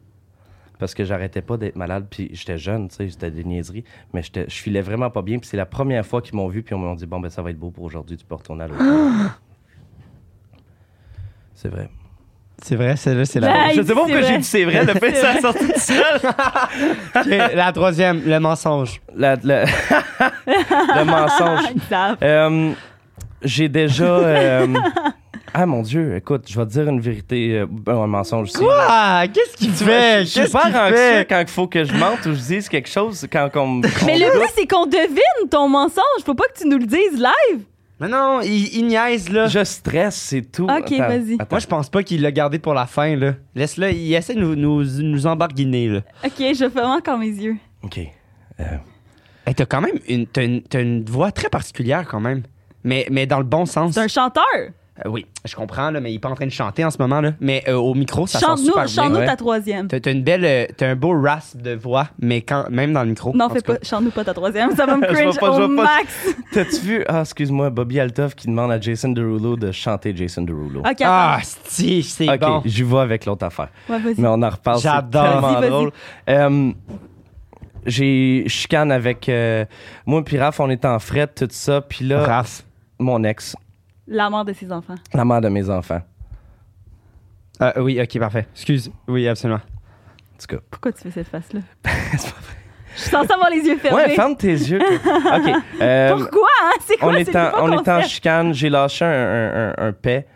Parce que j'arrêtais pas d'être malade, puis j'étais jeune, tu sais, c'était des niaiseries, mais j'étais- je filais vraiment pas bien, puis c'est la première fois qu'ils m'ont vu, puis ils m'ont dit Bon, ben ça va être beau pour aujourd'hui, tu peux retourner à l'hôtel. c'est vrai. C'est vrai, celle-là, c'est Ben, la il je sais dit pas pourquoi c'est j'ai vrai. dit c'est vrai, le fait que ça a sorti de ça. Ok, La troisième, le mensonge. La- la- le mensonge. Xav. Euh, j'ai déjà. euh, Ah mon Dieu, écoute, je vais te dire une vérité, euh, ben, un mensonge aussi. Quoi? Qu'est-ce qu'il fait? Je suis Qu'est-ce super qu'il anxieux fait? quand il faut que je mente ou je dise quelque chose. Quand on, Mais on- le but, c'est qu'on devine ton mensonge. Faut pas que tu nous le dises live. Mais non, il, il niaise, là. Je stresse, c'est tout. Ok, Attends, vas-y. attends. Moi, je pense pas qu'il l'a gardé pour la fin, là. Laisse-le, il essaie de nous, nous, nous embarguiner, là. Ok, je fais encore mes yeux. Ok. Euh, Hey, t'as quand même une, t'as une, t'as une voix très particulière, quand même. Mais, mais dans le bon sens. C'est un chanteur. Euh, oui, je comprends, là, mais il est pas en train de chanter en ce moment, là. Mais euh, au micro, ça sort Chante-nous super chante-nous bien. ouais. ta troisième. T'as, t'as une belle... euh, T'as un beau rasp de voix, mais quand même dans le micro. Non, en fais tout cas. pas, chante-nous pas ta troisième. Ça va me Je vois cringe pas, je au vois pas. max. T'as-tu vu, ah, excuse-moi, Bobby Altov qui demande à Jason Derulo de chanter Jason Derulo. Ok, Ah, attends. si, c'est Ok, bon. j'y vais avec l'autre affaire. Ouais, vas-y. Mais on en reparle. c'est J'adore. tellement Vas-y, vas-y. drôle. Euh, j'ai chicane avec euh, moi puis Raph, on était en fret, tout ça. Puis là, Raph. mon ex, La mort de ses enfants. la mère de mes enfants. Ah, oui, ok, parfait. Excuse. Oui, absolument. En tout cas. Pourquoi tu fais cette face-là? c'est pas Je suis censée avoir les yeux fermés. Ouais, ferme tes yeux. toi. OK. euh, Pourquoi? hein? C'est quoi? on c'est est en, quoi on qu'on est en fait? chicane, j'ai lâché un, un, un, un paix.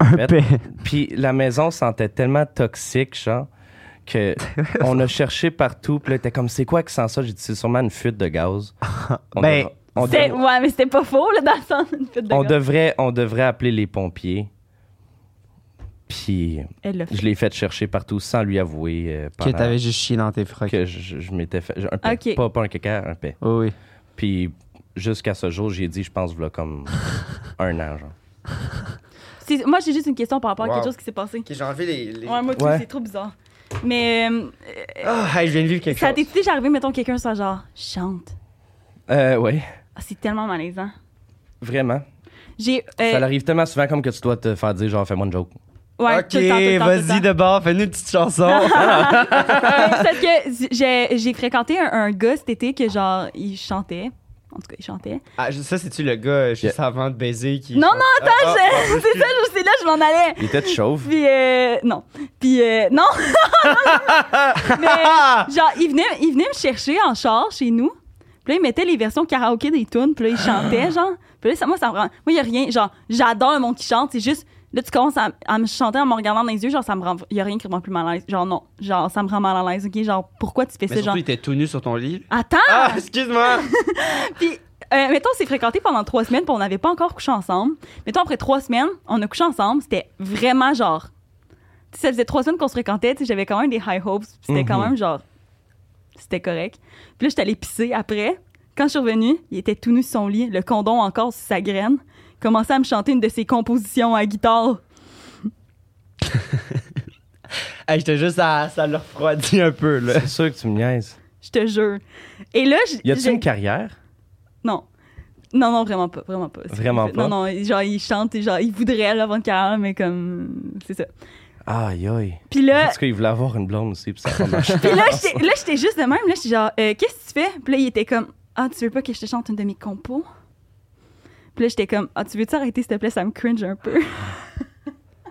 Un paix. Puis la maison sentait tellement toxique, genre, que on a cherché partout. Puis là, t'es comme, c'est quoi qui sent ça? J'ai dit, c'est sûrement une fuite de gaz. On Ben, devra- on C'est- devra- Ouais, mais c'était pas faux, là, dans le sens d'une fête de on gars. devrait, on devrait appeler les pompiers. Puis Elle l'a fait. je l'ai fait chercher partout sans lui avouer euh, Que pendant t'avais juste chié dans tes frocs. Oh, que je, je m'étais fait un paix. Ok. Pas, pas un caca, un paix. Oui, oui. Puis jusqu'à ce jour, j'ai dit, je pense, voilà comme un an. Genre. C'est- Moi, j'ai juste une question par rapport à Wow. quelque chose qui s'est passé. Ok, j'ai enlevé les. les- Ouais, moi, aussi, Ouais. c'est trop bizarre. Mais euh, Ah, hey, je viens de vivre quelque ça chose. t'est déjà arrivé, mettons, quelqu'un soit genre, chante. Euh, oui, Ah, c'est tellement malaisant. vraiment. J'ai. euh, Ça arrive tellement souvent comme que tu dois te faire dire genre fais-moi une joke. ouais, ok, tout le temps, tout le temps, tout le temps. Euh, vas-y de bord, fais-nous une petite chanson. Parce que j'ai, j'ai fréquenté un, un gars cet été que genre, il chantait. En tout cas, il chantait. Ah, je- ça, c'est-tu le gars euh, juste avant de baiser qui. Ah, Non, non, attends, c'est ça, je- c'est là, je m'en allais. Il était chauve. Puis, euh, non. Puis, euh, non. Mais, genre, il venait, il venait me chercher en char chez nous. Puis là, il mettait les versions karaoké des tunes. Puis là, il chantait, genre. Puis là, ça, moi, ça me rend. Moi, il n'y a rien. Genre, j'adore le monde qui chante. C'est juste. Là, tu commences à, à me chanter en me regardant dans les yeux. Genre, ça me rend. Il n'y a rien qui me rend plus mal à l'aise. Genre, non. Genre, ça me rend mal à l'aise. OK? Genre, pourquoi tu fais Mais ça? surtout, Genre, il était tout nu sur ton lit. attends! Ah, excuse-moi. Puis, euh, mettons, on s'est fréquentés pendant trois semaines, puis on n'avait pas encore couché ensemble. Mettons, après trois semaines, on a couché ensemble. C'était vraiment genre. Tu sais, ça faisait trois semaines qu'on se fréquentait, tu sais, j'avais quand même des high hopes, puis c'était quand Mhm. même genre. C'était correct. Puis là, j'étais allée pisser après. Quand je suis revenue, il était tout nu sur son lit, le condom encore sur sa graine. Il Commençait à me chanter une de ses compositions à guitare. hey, j'étais juste à. Ça le refroidit un peu, là. C'est sûr que tu me niaises. Je te jure. Et là, j- Y a-tu j'ai- une carrière? Non. Non, non, vraiment pas. Vraiment pas. C'est- Vraiment pas? Non, non, genre, il chante, et genre, il voudrait l'avoir une carrière, mais comme. C'est ça. Aïe aïe. Puis là. En tout cas, il voulait avoir une blonde aussi, puis ça a pas marché. Puis là, j'étais là, j'étais juste de même. Là, j'étais genre, Euh, qu'est-ce que tu fais? Puis là, il était comme, ah, tu veux pas que je te chante une de mes compos? Puis là, j'étais comme, ah, tu veux-tu arrêter, s'il te plaît? Ça me cringe un peu.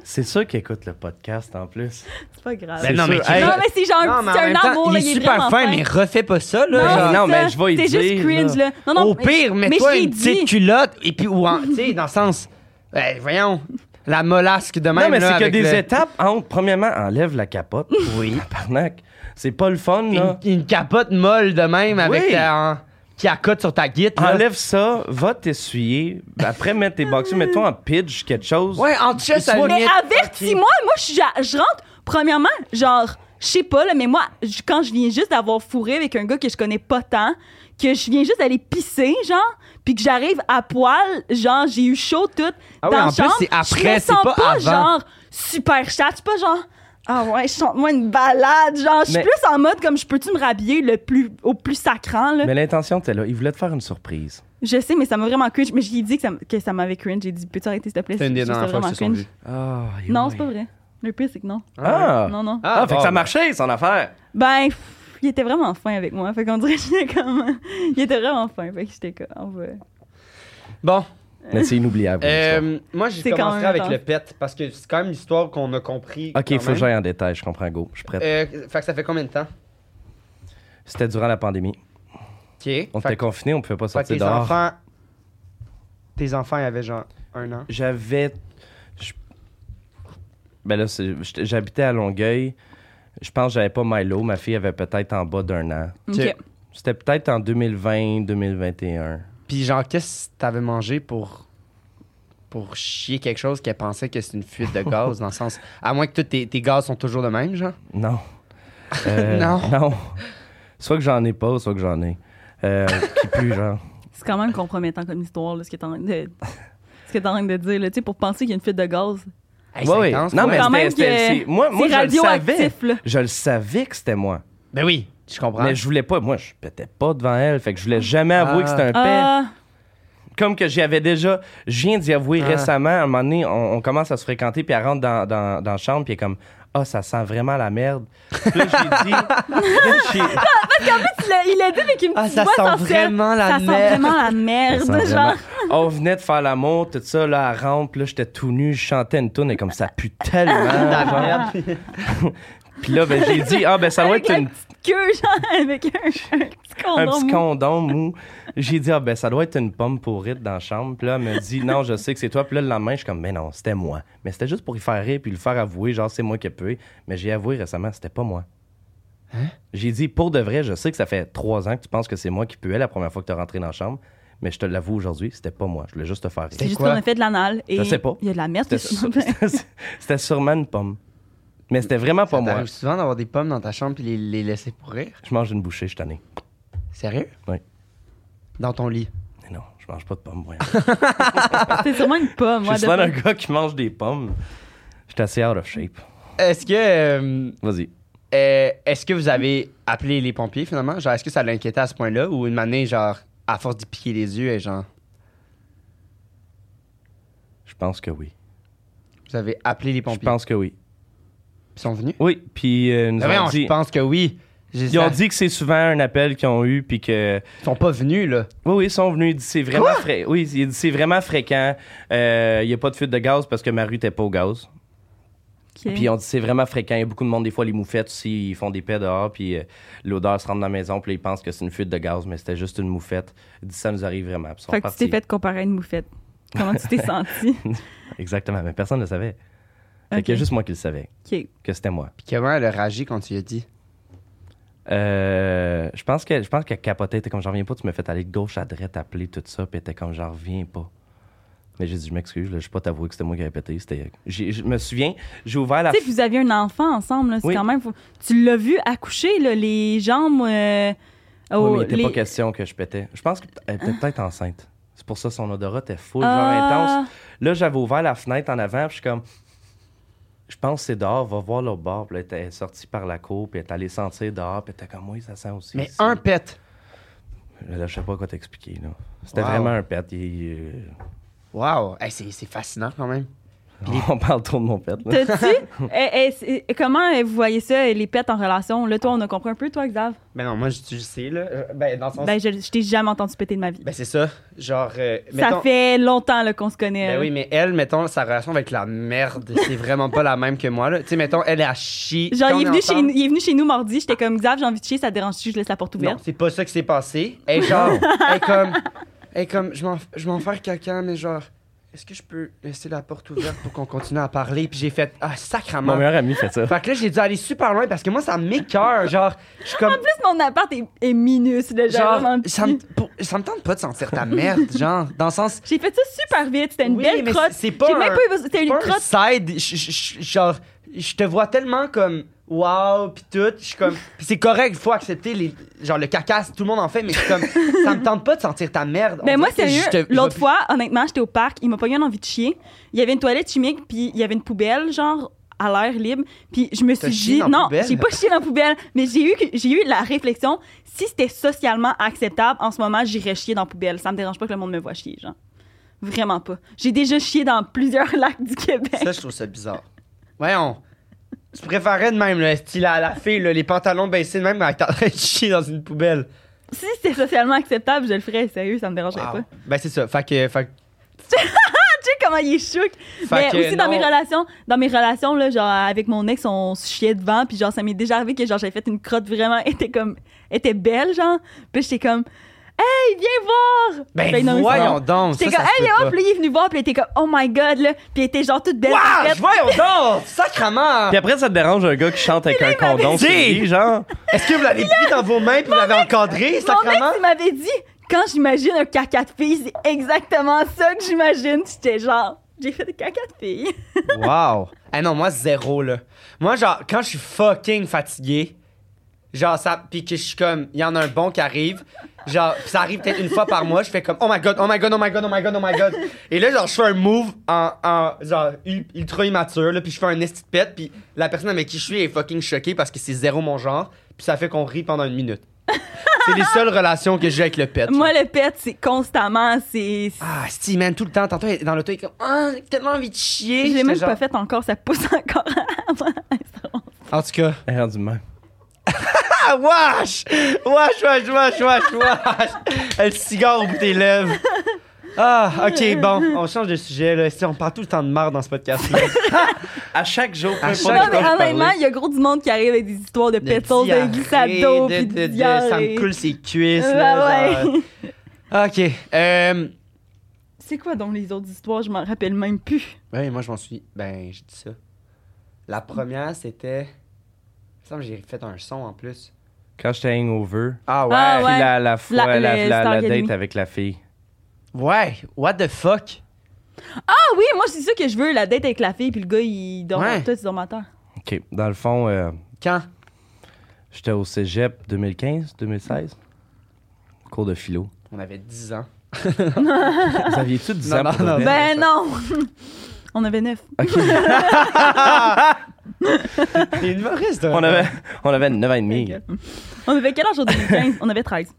C'est sûr qu'il écoute le podcast en plus. c'est pas grave. Ben non, sûr. mais qui- Hey. non, mais c'est genre un mais petit- en un même temps, amour. là, il est super vraiment fin, mais refais pas ça, là. genre. c'est non, mais ça. je vais y C'est juste dire, cringe, là. Non, non, Au mais- pire, mais mets-toi je l'ai une petite dit. culotte et puis ou en- tu sais dans le sens hey, voyons la mollasque de même non, mais là, c'est que avec des le- étapes entre, premièrement, enlève la capote. Oui. Tabarnak. C'est pas le fun, une, là. une capote molle de même avec Oui. ta, en- qui accote sur ta guite là. Enlève ça, va t'essuyer. Après, mets tes boxers, mets-toi en pitch, quelque chose. Ouais, en chest Soit- à la Mais limite. avertis-moi, moi, je suis- je rentre, premièrement, genre, je sais pas, là, mais moi, je- quand je viens juste d'avoir fourré avec un gars que je connais pas tant, que je viens juste d'aller pisser, genre, puis que j'arrive à poil, genre, j'ai eu chaud tout Ah oui, dans en la plus, chambre, c'est après, je me c'est sens pas avant. genre, super chat, je suis pas genre... Ah ouais, chante-moi une balade, genre, je suis Mais- plus en mode comme je peux-tu me rhabiller le plus, au plus sacrant, là. Mais l'intention était là. Il voulait te faire une surprise. Je sais, mais ça m'a vraiment cringe, mais j'ai dit que ça, m- que ça m'avait cringe, j'ai dit, peux-tu arrêter s'il te plaît? C'est une des Je trouve ça dernières fois que vraiment se sont cringe. vus. Ah, Non, c'est pas vrai. Le pire, c'est que non. Ah! Non, non. Ah, fait que bon, ça marchait, son affaire. Ben, pff, il était vraiment fin avec moi. Fait qu'on dirait que j'étais comme. il était vraiment fin. Fait que j'étais comme. on va- Bon, Mais c'est inoubliable. l'histoire. euh, moi j'ai C'est quand commencé même avec intense. le pet parce que c'est quand même l'histoire qu'on a compris. ok, il quand faut que même. j'aille en détail, je comprends, go. Je suis prête. Euh, fait que ça fait combien de temps C'était durant la pandémie. OK. Fait On que- était confinés, on pouvait pas fait que sortir tes dehors. enfants tes enfants ils avaient genre un an. J'avais. je- Ben là, c'est- j'étais- j'habitais à Longueuil. Je pense que j'avais pas Milo. Ma fille avait peut-être en bas d'un an. Ok. C'est- C'était peut-être en 2020-2021. Puis genre, qu'est-ce que t'avais mangé pour pour chier quelque chose qu'elle pensait que c'est une fuite de gaz, dans le sens... À moins que tous tes, tes gaz sont toujours de même, genre. Non. Euh, Non. Soit que j'en ai pas, soit que j'en ai. Euh, qui plus, genre. C'est quand même compromettant comme histoire, là, ce que t'es en train de. Ce que t'es en train de dire, là. Tu sais, pour penser qu'il y a une fuite de gaz. Hey, Ouais, c'est ouais. intense, Non, ouais. mais Quand c'était- même c'était- que c'est- moi, moi, c'est je le savais. radioactif, là. Je le savais que c'était moi. Ben oui, je comprends. Mais je voulais pas. Moi, je pétais pas devant elle. Fait que je voulais jamais avouer Ah. que c'était un pet. Ah, comme que j'y avais déjà, je viens d'y avouer Ah. récemment, à un moment donné, on, on commence à se fréquenter, puis elle rentre dans, dans, dans la chambre, puis elle est comme, ah, ça sent vraiment la merde. Puis là, j'ai dit, là, il j'ai- l'a- il l'a dit avec une petite Ah, ça voix sent sensuelle. vraiment la ça merde. sent vraiment la Ça merde, sent genre. vraiment- on venait de faire l'amour, tout ça, là, elle rentre, puis là, j'étais tout nu, je chantais une toune, et comme ça pue tellement. La genre. merde. Puis là, ben, j'ai dit, ah, ben, ça doit Avec être la une- petite queue, genre, avec un, un petit un condom. petit condom mou. J'ai dit, ah, ben, ça doit être une pomme pourrite dans la chambre. Puis là, elle me dit, non, je sais que c'est toi. Puis là, le lendemain, je suis comme, mais non, c'était moi. Mais c'était juste pour y faire rire puis lui faire avouer, genre, c'est moi qui ai pué. Mais j'ai avoué récemment, c'était pas moi. J'ai dit, pour de vrai, je sais que ça fait trois ans que tu penses que c'est moi qui puais la première fois que tu es rentré dans la chambre. Mais je te l'avoue aujourd'hui, c'était pas moi. Je voulais juste te faire C'est rire. juste quoi? qu'on a fait de l'anal. Et Je sais pas. Il y a de la merde C'était dessus. sûr- C'était sûrement une pomme. Mais c'était vraiment pas Ça moi. t'arrive souvent d'avoir des pommes dans ta chambre puis les, les laisser pourrir? Je mange une bouchée, je suis tanné. Sérieux? Ouais. Dans ton lit. Mais non, je mange pas de pommes, voyons. C'était sûrement une pomme. je moi, suis de souvent un pomme. gars qui mange des pommes. Je suis assez out of shape. Est-ce que, euh, Vas-y. euh, est-ce que vous avez appelé les pompiers finalement? Genre, est-ce que ça l'inquiétait à ce point-là ou une année, genre, à force d'y piquer les yeux, et genre, Je pense que oui. vous avez appelé les Je pompiers? pense que oui. Ils sont venus? Oui, puis euh, ils nous Ben ont voyons, dit... je pense que oui. J'ai- Ils ont ça- dit que c'est souvent un appel qu'ils ont eu, puis que... Ils sont pas venus, là. Oui, oui, ils sont venus. Ils disent c'est vraiment, fra- oui, ils disent, c'est vraiment fréquent. Euh, Il n'y a pas de fuite de gaz parce que ma rue n'était pas au gaz. Ok. Puis on dit c'est vraiment fréquent. Il y a beaucoup de monde, des fois, les moufettes aussi, ils font des pets dehors, puis euh, l'odeur se rentre dans la maison, puis là, ils pensent que c'est une fuite de gaz, mais c'était juste une moufette. Ils disent ça nous arrive vraiment. Puis ils sont Fait que tu t'es partis. fait comparer à une moufette. Comment tu t'es senti? Exactement, mais personne ne le savait. Fait Ok. qu'il y a juste moi qui le savais, Ok. que c'était moi. Puis comment elle a réagi quand tu lui as dit? Euh, je pense que je pense qu'elle capotait. Elle était comme j'en reviens pas, tu me fais aller de gauche à droite, appeler tout ça, puis elle était comme j'en reviens pas. Mais j'ai dit je m'excuse, là, je vais pas t'avouer que c'était moi qui avais pété. C'était, j'ai- je me souviens, j'ai ouvert la. Tu sais, vous aviez un enfant ensemble, là, c'est Oui. quand même. faut- Tu l'as vu accoucher, là, les jambes. euh, Oui, au- mais il était les- pas question que je pétais. Je pense qu'elle était peut-être enceinte. C'est pour ça son odorat était full, genre Ah. intense. Là, j'avais ouvert la fenêtre en avant, puis je suis comme. Je pense que c'est dehors, va voir l'autre bord. Puis là, elle était sortie par la cour, puis elle est allée sentir dehors, puis elle était comme, oui, ça sent aussi. Mais ici. un pet! Là, je sais pas quoi t'expliquer, là. C'était Wow. vraiment un pet. Il- euh, Wow! Hey, c'est c'est fascinant quand même. On parle trop de mon pet. là. T'as-tu? Eh, eh, c'est- comment eh, vous voyez ça, eh, les pets en relation? Là, toi, on a compris un peu, toi, Xav? Ben non, moi, je je sais, là. Euh, Ben, dans le sens. Ben, Ben, je, je t'ai jamais entendu péter de ma vie. c'est ça. Genre. euh, ça mettons- fait euh, longtemps là, qu'on se connaît. Ben là. oui, mais elle, mettons, sa relation avec la merde, c'est vraiment pas la même que moi, là. Tu sais, mettons, elle est à chier. Genre, Quand il est, on venu chez, ensemble- nous- il est venu chez nous mardi, j'étais comme Xav, j'ai envie de chier, ça te dérange-tu, je laisse la porte Non, ouverte. c'est pas ça qui s'est passé. Et genre, elle est comme. Elle est comme, je m'en- je m'en faire quelqu'un, mais genre, est-ce que je peux laisser la porte ouverte pour qu'on continue à parler? Puis j'ai fait, ah, Mon sacrament. meilleur ami fait ça. Fait que là, j'ai dû aller super loin parce que moi, ça m'écœure. Genre, je suis comme. En plus, mon appart est, est minus, là, genre. Genre, vraiment petit. ça me, pour- ça me tente pas de sentir ta merde, genre, dans le sens. J'ai fait ça super vite, c'était une Oui, belle mais crotte. c'est- c'est pas J'ai un- même pas eu besoin- C'était une Pas un crotte. side, je- je- je- genre, je te vois tellement comme wow pis tout, je suis comme. Pis c'est correct, faut accepter les. Genre, le cacasse, tout le monde en fait, mais je suis comme. ça me tente pas de sentir ta merde. Mais On Ben, moi, dirait que sérieux, je te- je l'autre vais- fois, honnêtement, j'étais au parc, il m'a pas eu envie de chier. Il y avait une toilette chimique, puis il y avait une poubelle, genre, à l'air libre. Puis je me T'as suis chié dit, dans la non, poubelle? j'ai pas chié dans la poubelle, mais j'ai eu, que- j'ai eu la réflexion, si c'était socialement acceptable, en ce moment, j'irais chier dans la poubelle. Ça me dérange pas que le monde me voit chier, genre. Vraiment pas. J'ai déjà chié dans plusieurs lacs du Québec. Ça, je trouve ça bizarre. Voyons. Je préférais de même, le style à la fille, là, les pantalons baissés de même, mais elle est en train de chier dans une poubelle. Si c'était socialement acceptable, je le ferais, sérieux, ça me dérangerait Wow. pas. Ben, c'est ça. Fait que. Fait, que- Tu sais comment il est chouc. fait que mais aussi dans non. mes relations, dans mes relations là, genre avec mon ex, on se chiait devant, puis genre ça m'est déjà arrivé que genre j'avais fait une crotte vraiment elle était comme elle était belle genre, puis j'étais comme hey viens voir. Ben, non, mais c'est voyons bon. donc. J'étais ça, comme ça se hey peut viens pas. voir, puis là, il est venu voir, puis il était comme oh my god là, puis il était genre toute belle. Wow, parfaite. voyons donc! Sacrement! Puis après, ça te dérange un gars qui chante avec un condom sur dit- lui, genre. Est-ce que vous l'avez pris dans vos mains puis vous l'avez encadré, Mon ex sacrement? il m'avait dit quand j'imagine un caca de fille, c'est exactement ça que j'imagine. J'étais genre j'ai fait des caca de fille. Wow! Ah non, moi, zéro, là. Moi, genre, quand je suis fucking fatigué, genre, ça. Puis que je suis comme, il y en a un bon qui arrive, genre, pis ça arrive peut-être une fois par mois, je fais comme, oh my god, oh my god, oh my god, oh my god, oh my god. Et là, genre, je fais un move en, en genre, u- ultra immature, là, puis je fais un esti de pète, puis la personne avec qui je suis est fucking choquée parce que c'est zéro mon genre, puis ça fait qu'on rit pendant une minute. c'est les seules relations que j'ai avec le pet. Moi le pet c'est constamment c'est Ah, Steve, man, tout le temps. Tantôt, il était dans l'auto, il est comme, ah, j'ai tellement envie de chier. Je l'ai J'étais même genre- pas fait encore, ça pousse encore. En tout cas. Elle est rendue de même. Ah, wesh! Wesh, wesh, wesh, wesh, wesh! Elle cigare au bout des lèvres. Ah, ok, bon, on change de sujet, là. Si on parle tout le temps de marre dans ce podcast-là. À chaque jour, peu À importe chaque- de non, Pas quoi mais je honnêtement, parlais. il y a gros du monde qui arrive avec des histoires de pétoles, de diarrhée, glissado, de- puis de- de, de- Ça me diarrhée. coule ses cuisses, Ben là. genre. euh. ouais. Ok, euh. C'est quoi donc les autres histoires? Je m'en rappelle même plus. Ouais, moi, je m'en suis. Ben, j'ai dit ça. La première, c'était. Il me semble que j'ai fait un son en plus. Quand j'étais hangover, Ah ouais. Ah puis ouais. la, la fois, La- la, le la- la Star Academy. date avec la fille. Ouais, what the fuck? Ah oui, moi, c'est ça que je veux, la date avec la fille, puis le gars, il dort. Ouais. Toi, tu dors à terre. OK. Dans le fond, euh, Quand? j'étais au cégep 2015, 2016. Cours de philo. On avait 10 ans. Vous aviez-tu 10 Non, ans non, pour non. devenir Ben non! On avait neuf. T'es humoriste, toi. On avait, on avait 9 ans et demi. On avait quel âge en 2015? On avait 13.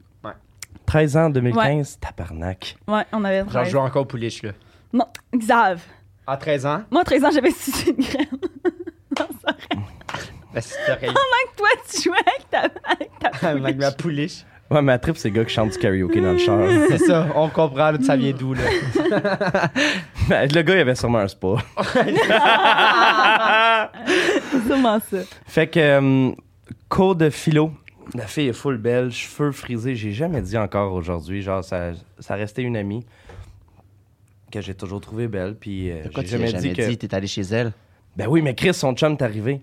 13 ans en 2015, tabarnak. Ouais, on avait Genre, je 13. joue encore au pouliche, là. Non, Xav. À 13 ans, Moi, à 13 ans, j'avais 6 une graine. ben, c'est pareil. Toi, tu jouais avec ta, avec ta Avec ma pouliche. Ouais, ma trip, c'est le gars qui chante du karaoke dans le char. C'est ça, on comprend, là, ça vient d'où, là. Ben, le gars, il avait sûrement un spa. C'est sûrement ça. Fait que, euh, cours de philo. La fille est full belle, cheveux frisés. J'ai jamais dit encore aujourd'hui. Genre, ça, ça restait une amie que j'ai toujours trouvée belle. Puis, euh, Pourquoi j'ai tu l'as jamais, jamais dit que. dit? T'es allé chez elle. Ben oui, mais Chris, son chum t'est arrivé.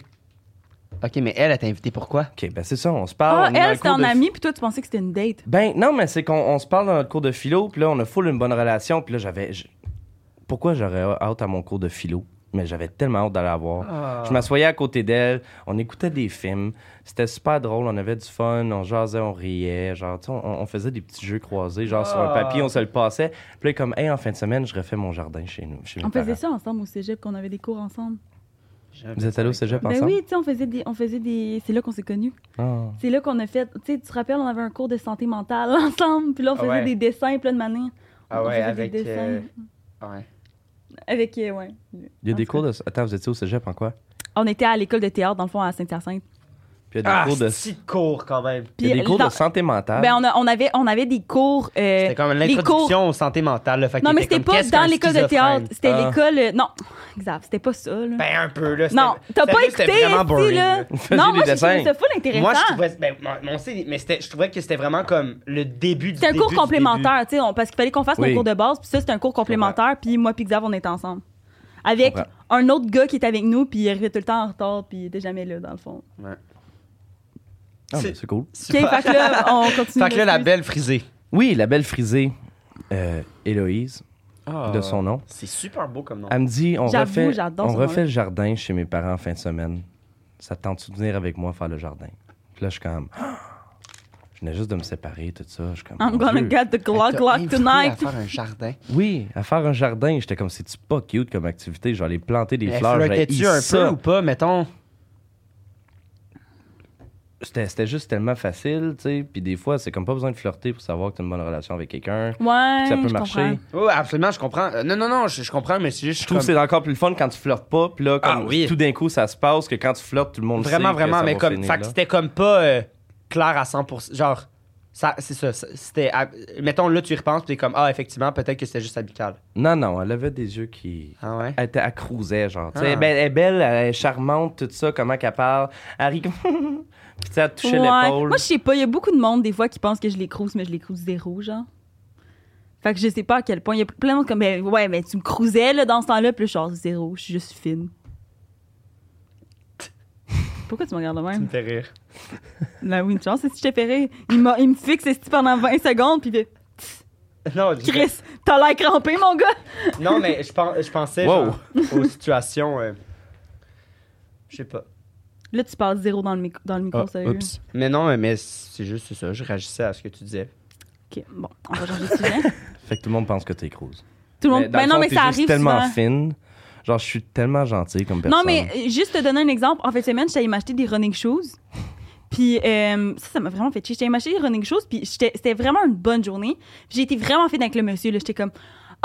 Ok, mais elle, elle t'a invité pourquoi? Ok, ben c'est ça, on se Ah, parle. on est dans le elle, c'était cours en de- ami, puis toi, tu pensais que c'était une date. Ben non, mais c'est qu'on on se parle dans notre cours de philo, puis là, on a full une bonne relation, puis là, j'avais. j- Pourquoi j'aurais hâte à mon cours de philo? Mais j'avais tellement hâte d'aller la voir. Ah. Je m'assoyais à côté d'elle, on écoutait des films, c'était super drôle, on avait du fun, on jasait, on riait, genre, tu sais, on, on faisait des petits jeux croisés, genre sur un Ah. papier, on se le passait. Puis là, comme, hey, en fin de semaine, je refais mon jardin chez nous. Chez mes On faisait parents. ça ensemble au cégep, qu'on avait des cours ensemble. Vous êtes allés au cégep Ben ensemble? oui, tu sais, on faisait des. On faisait des... C'est là qu'on s'est connus. Ah. C'est là qu'on a fait. Tu sais, tu te rappelles, on avait un cours de santé mentale ensemble, puis là, on Ah faisait ouais. des dessins, plein de manières. Ah On ouais, faisait des avec. dessins. euh, Ouais. Avec, euh, ouais. Il y a En des tout cours de. Attends, vous étiez au cégep en quoi? On était à l'école de théâtre, dans le fond, à Saint-Hyacinthe. Puis il y a des Ah, cours de. si court, quand même. il y a des cours dans- de hein? santé mentale. Ben, on, a- on avait, on avait des cours. euh, C'était comme des cours- l'introduction aux santé mentale, là. Fait Non, qu'il mais était c'était comme, pas qu'est-ce dans qu'un l'école de théâtre. schizophrène? C'était Ah. l'école. euh, Non, exact, c'était pas ça, là. Ben, un peu, là. c'était- non, t'as pas sérieux, écouté, c'était vraiment esti, boring, là. faisait Non, moi, des j'ai dessins. trouvé ça full intéressant. Moi, je trouvais, ben, mon- mon CD, mais c'était- je trouvais que c'était vraiment comme le début du C'était un début cours du complémentaire, tu sais, on- parce qu'il fallait qu'on fasse Oui. nos cours de base, puis ça, c'était un cours complémentaire, puis moi puis Xav, on était ensemble. Avec Je comprends. un autre gars qui était avec nous, puis il arrivait tout le temps en retard, puis il était jamais là, dans le fond. Ah, c'est- ben, c'est cool. OK, fait que là, on continue. Fait que là, la là-dessus. belle frisée. Oui, la belle frisée, euh, Héloïse, Ah. de son Ah, nom. C'est super beau comme nom. Elle me dit on J'avoue, refait, j'adore on ce refait nom-là. le jardin chez mes parents en fin de semaine. Ça te tente de venir avec moi faire le jardin? Puis là, je suis comme. Ah! Je venais juste de me séparer, tout ça. Je suis comme. I'm mon gonna Dieu. get the Glock Glock à tonight. faire un jardin. Oui, à faire un jardin. J'étais comme, c'est-tu pas cute comme activité? Genre, aller planter des Mais fleurs. flirtais-tu j'haïs un ça. peu ou pas, mettons? C'était c'était juste tellement facile, tu sais. Puis des fois, c'est comme pas besoin de flirter pour savoir que t'as une bonne relation avec quelqu'un. Ouais, que ça peut je marcher. comprends. Oui, Oh, absolument, je comprends. Euh, non, non, non, je, je comprends, mais c'est juste... Je trouve que c'est encore plus le fun quand tu flirtes pas, puis là, comme Ah oui. tout d'un coup, ça se passe, que quand tu flirtes, tout le monde Vraiment, sait que vraiment, ça mais va comme... finir Fait que là. c'était comme pas euh, clair à 100%. Genre, ça, c'est ça, ça, c'était... à- mettons, là, tu y repenses, puis t'es comme, ah, effectivement, peut-être que c'était juste amical. Non, non, elle avait des yeux qui... Ah ouais? Elle était accrousée, genre. tu sais, Ah. Elle, est belle- elle est belle, elle est charmante, tout ça, comment qu'elle parle. Elle rit comme... Puis tu sais, elle touchait Ouais. l'épaule. Moi, je sais pas, il y a beaucoup de monde, des fois, qui pensent que je les crouse, mais je les crouse zéro, genre. Fait que je sais pas à quel point. Il y a plein de monde comme, ben, ouais, mais tu me crousais, là, dans ce temps-là, puis là, je suis genre zéro, je suis juste fine. Pourquoi tu me regardes de Tu me même? fais rire. La Ben oui, une chance, c'est si je t'ai fait rire. Il, m'a- il me fixe esti, pendant 20 secondes, puis il fait, Non, je- Chris, t'as l'air crampé, mon gars! non mais je, pen- je pensais Wow. genre, aux situations... euh, je sais pas. Là, tu parles zéro dans le micro, dans le micro Ah, sérieux. oups. Mais non, mais c'est juste ça. Je réagissais à ce que tu disais. Ok, bon, on va changer de sujet. Fait que tout le monde pense que t'es crouse. Tout le monde. dans Ben le non, fond, mais t'es ça juste arrive tellement souvent. fine. Genre, je suis tellement gentille comme personne. Non, mais euh, juste te donner un exemple. En fait, semaine, j'étais allée m'acheter des running shoes. Puis euh, ça, ça m'a vraiment fait chier. J'étais allée m'acheter des running shoes, puis j'étais- c'était vraiment une bonne journée. J'ai été vraiment fine avec le monsieur. là. J'étais comme,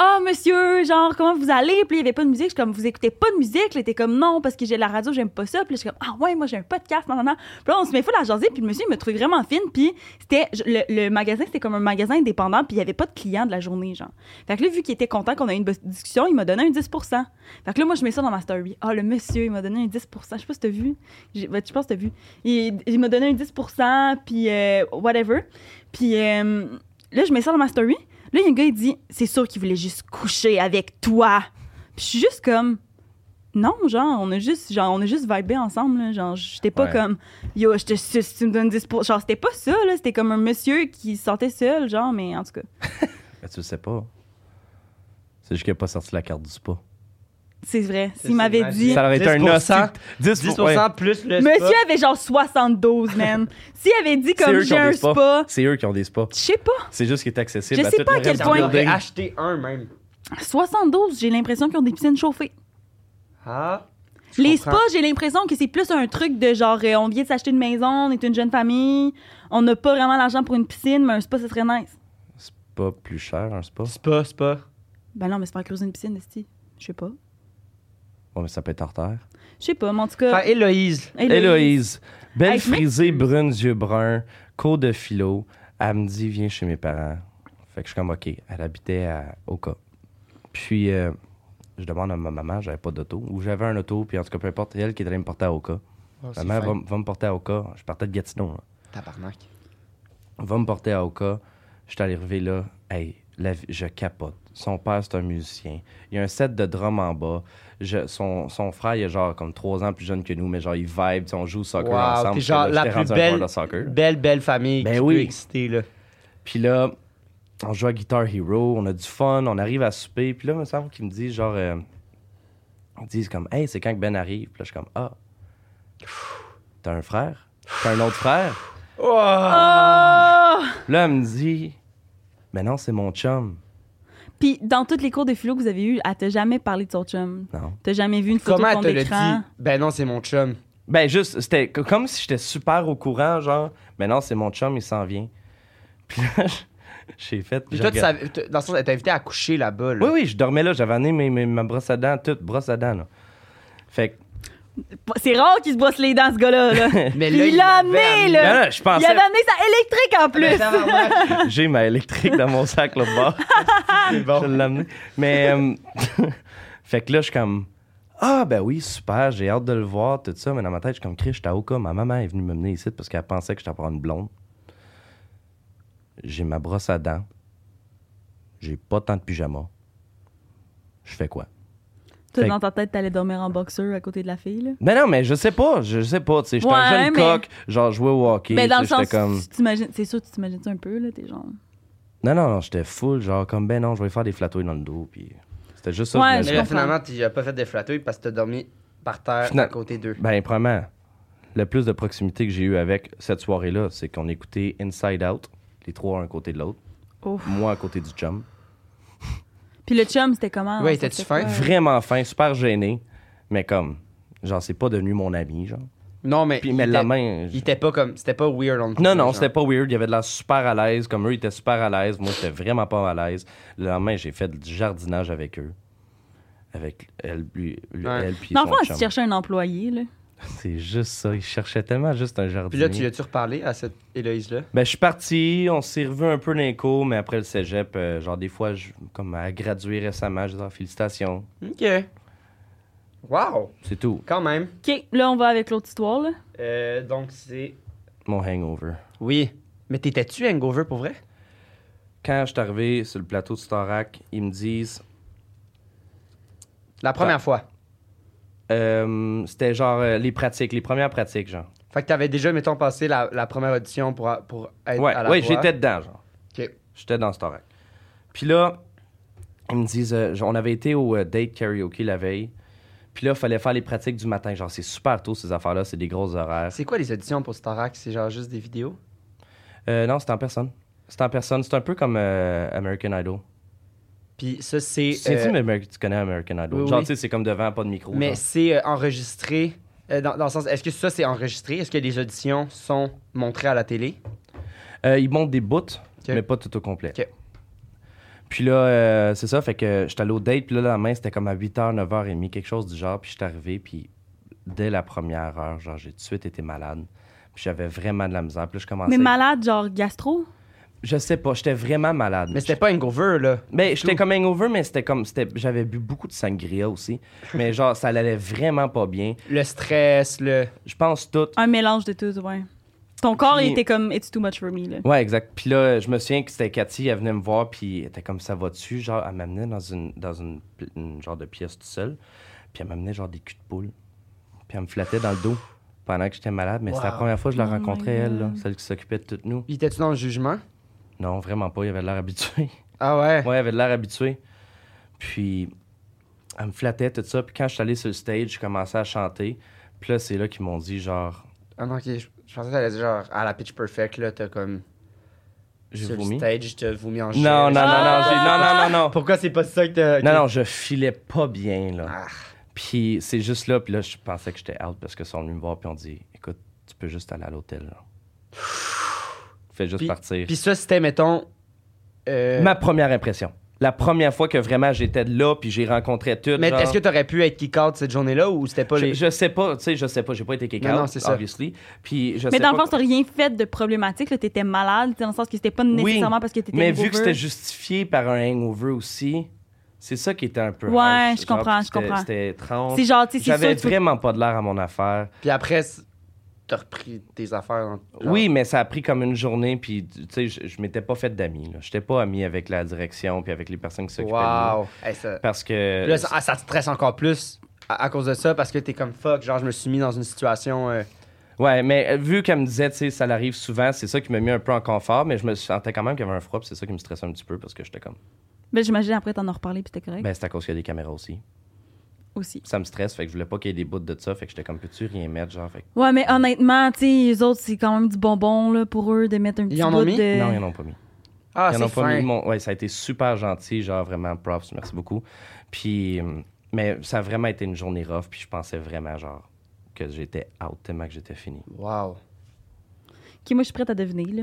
ah, monsieur, genre, comment vous allez? Puis il y avait pas de musique. Je suis comme, vous écoutez pas de musique? Là, t'es comme, non, parce que j'ai de la radio, j'aime pas ça. Puis là, j'étais comme, ah ouais, moi, j'ai un podcast, non, non, non. Puis là, on se met fou la jaser, puis le monsieur, il me trouvait vraiment fine. Puis c'était, je- le, le magasin, c'était comme un magasin indépendant, puis il y avait pas de clients de la journée, genre. Fait que là, vu qu'il était content qu'on a eu une bonne discussion, il m'a donné un 10 Fait que là, moi, je mets ça dans ma story. Ah, le monsieur, il m'a donné un 10 Je sais pas si t'as vu. J'ai- ben, Je pense que t'as vu. Il, il m'a donné un 10 puis euh, whatever. Puis euh, là, je mets ça dans ma story. Là, il y a un gars, il dit C'est sûr qu'il voulait juste coucher avec toi. Puis je suis juste comme Non, genre, on a juste, genre, on a juste vibé ensemble. là. Genre, j'étais pas Ouais. comme Yo, je te suce, tu me donnes 10 Genre, c'était pas ça, là. C'était comme un monsieur qui sortait seul, genre, mais en tout cas. Mais tu le sais pas. C'est juste qu'elle a pas sorti la carte du spa. C'est vrai. C'est- S'il m'avait c'est dit. magique. Ça aurait été un 10%. 900. 10, 10% ouais. plus le spa. Monsieur avait genre 72, man. S'il avait dit C'est comme eux qui j'ai ont un des spas. spa, C'est eux qui ont des spas. je sais pas. C'est juste qu'il est accessible Je à sais tout pas à le quel reste J'en point- du aurais building. acheté un même. 72, j'ai l'impression qu'ils ont des piscines chauffées. Ah. je Les comprends. spas, j'ai l'impression que c'est plus un truc de genre euh, on vient de s'acheter une maison, on est une jeune famille, on n'a pas vraiment l'argent pour une piscine, mais un spa, ce serait nice. C'est pas plus cher, un spa. Spa, spa. Ben non, mais c'est pas creuser une piscine, esti. Je sais pas. Ouais, mais ça peut être artère. Je sais pas, mais en tout cas. Enfin, Héloïse. Héloïse, belle Avec mes- frisée, brune, yeux bruns, cours de philo. Elle me dit, viens chez mes parents. Fait que je suis comme, OK. Elle habitait à Oka. Puis, euh, je demande à ma maman, j'avais pas d'auto. Ou j'avais un auto, puis en tout cas, peu importe, elle qui est allée me porter à Oka. Oh, c'est Ma mère va, fin. m- va me porter à Oka. Je partais de Gatineau. hein. là. Tabarnak. va me porter à Oka. Je suis arrivé là. Hey, la vie- je capote. Son père, c'est un musicien. Il y a un set de drum en bas. Je- son, son frère, il est genre comme trois ans plus jeune que nous, mais genre, il vibe. tu sais, On joue au soccer Wow, ensemble. t'es J'étais genre là, la j'étais plus rendu un joueur belle, de soccer. belle, belle famille Ben qui oui. peut exister, là. Puis là, on joue à Guitar Hero, on a du fun, on arrive à souper. Puis là, il me semble qu'ils me disent genre. euh, ils disent comme, hey, c'est quand que Ben arrive. Puis là, je suis comme, ah, t'as un frère? T'as un autre frère? Oh! Ah! Là, elle me dit, mais non, c'est mon chum. Puis dans toutes les cours de philo que vous avez eu, elle t'a jamais parlé de son chum. Non. T'as jamais vu une photo Comment elle de te fond le d'écran. dit? Ben non, c'est mon chum. Ben juste, c'était co- comme si j'étais super au courant, genre, mais non, c'est mon chum, il s'en vient. Puis là, je- j'ai fait. Puis j'ai toi, tu regardé- savais- t- dans le sens, elle t'a invité à coucher là-bas, là. Oui, oui, je dormais là, j'avais amené mes, mes- ma brosse à dents, toute brosse à dents, là. Fait que. C'est rare qu'il se brosse les dents, ce gars-là. là. Mais Puis là, il il l'a l'avait amené, amené. là. Non, non, je Il pensais. avait amené sa électrique en Ben, plus. Tabarnak, J'ai ma électrique dans mon sac, là, bas. c'est Je bon. l'ai amené. Mais. euh, fait que là, je suis comme. Ah, ben oui, super, j'ai hâte de le voir, tout ça. Mais dans ma tête, je suis comme, Chris, j'étais au cas. Ma maman est venue me mener ici parce qu'elle pensait que j'étais pour une blonde. J'ai ma brosse à dents. J'ai pas tant de pyjama. Je fais quoi? Toi, Fait- dans ta tête, t'allais dormir en boxeur à côté de la fille, là. Mais Ben non, mais je sais pas, je sais pas, tu sais. J'étais un Ouais, jeune mais- coq, genre, jouais au hockey. mais Ben, dans tu le sais, j'étais sens, comme. tu t'imagines, c'est sûr, tu t'imagines ça un peu, là, t'es genre. Non, non, non, j'étais full, genre, comme, ben non, je vais faire des flatouilles dans le dos, puis. C'était juste ça. Ouais, je Mais m'imaginais. là, comprends. finalement, tu n'as pas fait de flatteuil parce que t'as dormi par terre Finalement. à côté d'eux. Ben, premièrement, le plus de proximité que j'ai eu avec cette soirée-là, c'est qu'on écoutait Inside Out, les trois un côté de l'autre, Ouf. moi à côté du chum. oh. Puis le chum, c'était comment? Ouais, Ça t'as-tu fait faim? quoi? Vraiment fin, super gêné, mais comme, genre, c'est pas devenu mon ami, genre. Non, mais. Puis, il mais la était- main. je- Il était pas comme. C'était pas weird on Non, non, c'était pas weird. Il avait de l'air super à l'aise. Comme eux, ils étaient super à l'aise. Moi, j'étais vraiment pas à l'aise. Le lendemain, j'ai fait du jardinage avec eux. Avec elle, lui, lui- Ouais. elle puis Dans le son fond, elle chum. se cherchait un employé, là. C'est juste ça. Ils cherchaient tellement juste un jardin. Puis là, tu l'as-tu reparlé à cette Héloïse-là? Ben, je suis parti, on s'est revu un peu dans les cours, mais après le cégep, euh, genre des fois, je, comme à graduer récemment, je dis Ah, félicitations, OK. Wow! c'est tout, Quand même. OK, là, on va avec l'autre histoire, là. Euh, donc, c'est. mon hangover. Oui. Mais t'étais-tu hangover pour vrai? Quand je suis arrivé sur le plateau de Starac, ils me disent, La première fois. euh, c'était genre euh, les pratiques, les premières pratiques, genre. Fait que t'avais déjà, mettons, passé la, la première audition pour, pour être Ouais, à la ouais voix. j'étais dedans, genre. OK. J'étais dans Starac. Puis là, ils me disent, euh, on avait été au euh, date karaoke la veille, puis là, il fallait faire les pratiques du matin, genre c'est super tôt ces affaires-là, c'est des grosses horaires. C'est quoi les auditions pour Starac? C'est genre juste des vidéos? Euh, non, c'était en personne. C'était en personne. C'est un peu comme euh, American Idol. Puis ça, c'est... Tu, sais-tu, euh, mais Ameri- tu connais American Idol. oui, genre, oui. tu sais, c'est comme devant, pas de micro. mais genre. c'est euh, enregistré... euh, dans, dans le sens, est-ce que ça, c'est enregistré? Est-ce que les auditions sont montrées à la télé? Euh, ils montent des bouts, mais pas tout au complet. Ok. Puis là, euh, c'est ça, fait que j'étais allé au date, puis là, le lendemain, c'était comme à 8h, 9h30, quelque chose du genre, puis j'étais arrivé, puis dès la première heure, genre, j'ai tout de suite été malade. Puis j'avais vraiment de la misère. Puis là, je commençais. Mais malade, genre gastro. Je sais pas, j'étais vraiment malade. Mais c'était pas hangover, là. Mais j'étais comme hangover, mais c'était comme. c'était- J'avais bu beaucoup de sangria aussi. Mais genre, ça allait vraiment pas bien. Le stress, le... Je pense tout. Un mélange de tout, ouais. Ton corps, il Puis- était comme, it's too much for me, là. Ouais, exact. Puis là, je me souviens que c'était Cathy, elle venait me voir, puis elle était comme ça va dessus, genre, elle m'amenait dans une, dans une, pl- une genre de pièce tout seul, puis elle m'amenait genre des culs de poule, puis elle me flattait dans le dos pendant que j'étais malade, mais c'était la Wow. première fois que je la Oh my rencontrais, elle, là, God. celle qui s'occupait de toutes nous. Il était-tu dans le jugement? Non, vraiment pas, il avait l'air habitué. Ah ouais? ouais, elle avait l'air habituée. Puis elle me flattait, tout ça. Puis quand je suis allé sur le stage, je commençais à chanter. Puis là, c'est là qu'ils m'ont dit, genre, Ah non, ok, je, je pensais que t'allais dire genre à la pitch perfect, là, t'as comme. j'ai sur le vomi. stage, t'as vomi en Non, non, non, Ah! non, j'ai- non, non, non, non. Pourquoi c'est pas ça que t'as. Non, non, je filais pas bien, là. Ah. Puis c'est juste là, puis là, je pensais que j'étais out parce que sont venus me voir, puis on dit, écoute, tu peux juste aller à l'hôtel, là. Fais juste Puis- partir. Puis ça, c'était, mettons. euh, Ma première impression. La première fois que vraiment j'étais là, puis j'ai rencontré tout. Mais genre- est-ce que t'aurais pu être kick-out cette journée-là ou c'était pas je, les. je sais pas, tu sais, je sais pas, j'ai pas été quelqu'un, Non, non, c'est ça. obviously. Puis je Mais sais dans le pas- fond, t'as rien fait de problématique. là. T'étais malade, tu sais, dans le sens que c'était pas nécessairement parce que t'étais Mais hangover. vu que c'était justifié par un hangover aussi, c'est ça qui était un peu. Ouais, harsh, je genre, comprends, puis je c'était- comprends. C'était étrange. C'est genre, tu sais, c'est sûr J'avais que tu peux- vraiment pas de l'air à mon affaire. Puis après, c- t'as repris tes affaires. dans- genre- Oui, mais ça a pris comme une journée, puis tu sais, je, je m'étais pas fait d'amis. là. J'étais pas ami avec la direction, puis avec les personnes qui s'occupaient de nous. Wow. Hey, ça... Parce que. Puis là, ça, ah, ça te stresse encore plus à, à cause de ça parce que t'es comme fuck, genre, je me suis mis dans une situation. euh, Ouais, mais euh, vu qu'elle me disait, tu sais, ça l'arrive souvent, c'est ça qui m'a mis un peu en confort, mais je me sentais quand même qu'il y avait un froid, puis c'est ça qui me stressait un petit peu parce que j'étais comme. Ben, j'imagine après t'en as reparlé puis c'était correct Ben, c'est à cause qu'il y a des caméras aussi. aussi. Ça me stresse, fait que je voulais pas qu'il y ait des bouts de ça, fait que j'étais comme, peux-tu rien mettre, genre, fait que- Ouais, mais honnêtement, tu sais, les autres, c'est quand même du bonbon là, pour eux de mettre un Ils petit en ont bout mis? de. Non, ils n'en ont pas mis. Ah, ils n'en c'est ont pas mis. fin. Mon- Ouais, ça a été super gentil, genre, vraiment, props, merci beaucoup. Puis, hum, mais ça a vraiment été une journée rough, puis je pensais vraiment, genre, que j'étais out tellement que j'étais fini. Wow. Qui, moi, je suis prête à deviner, là.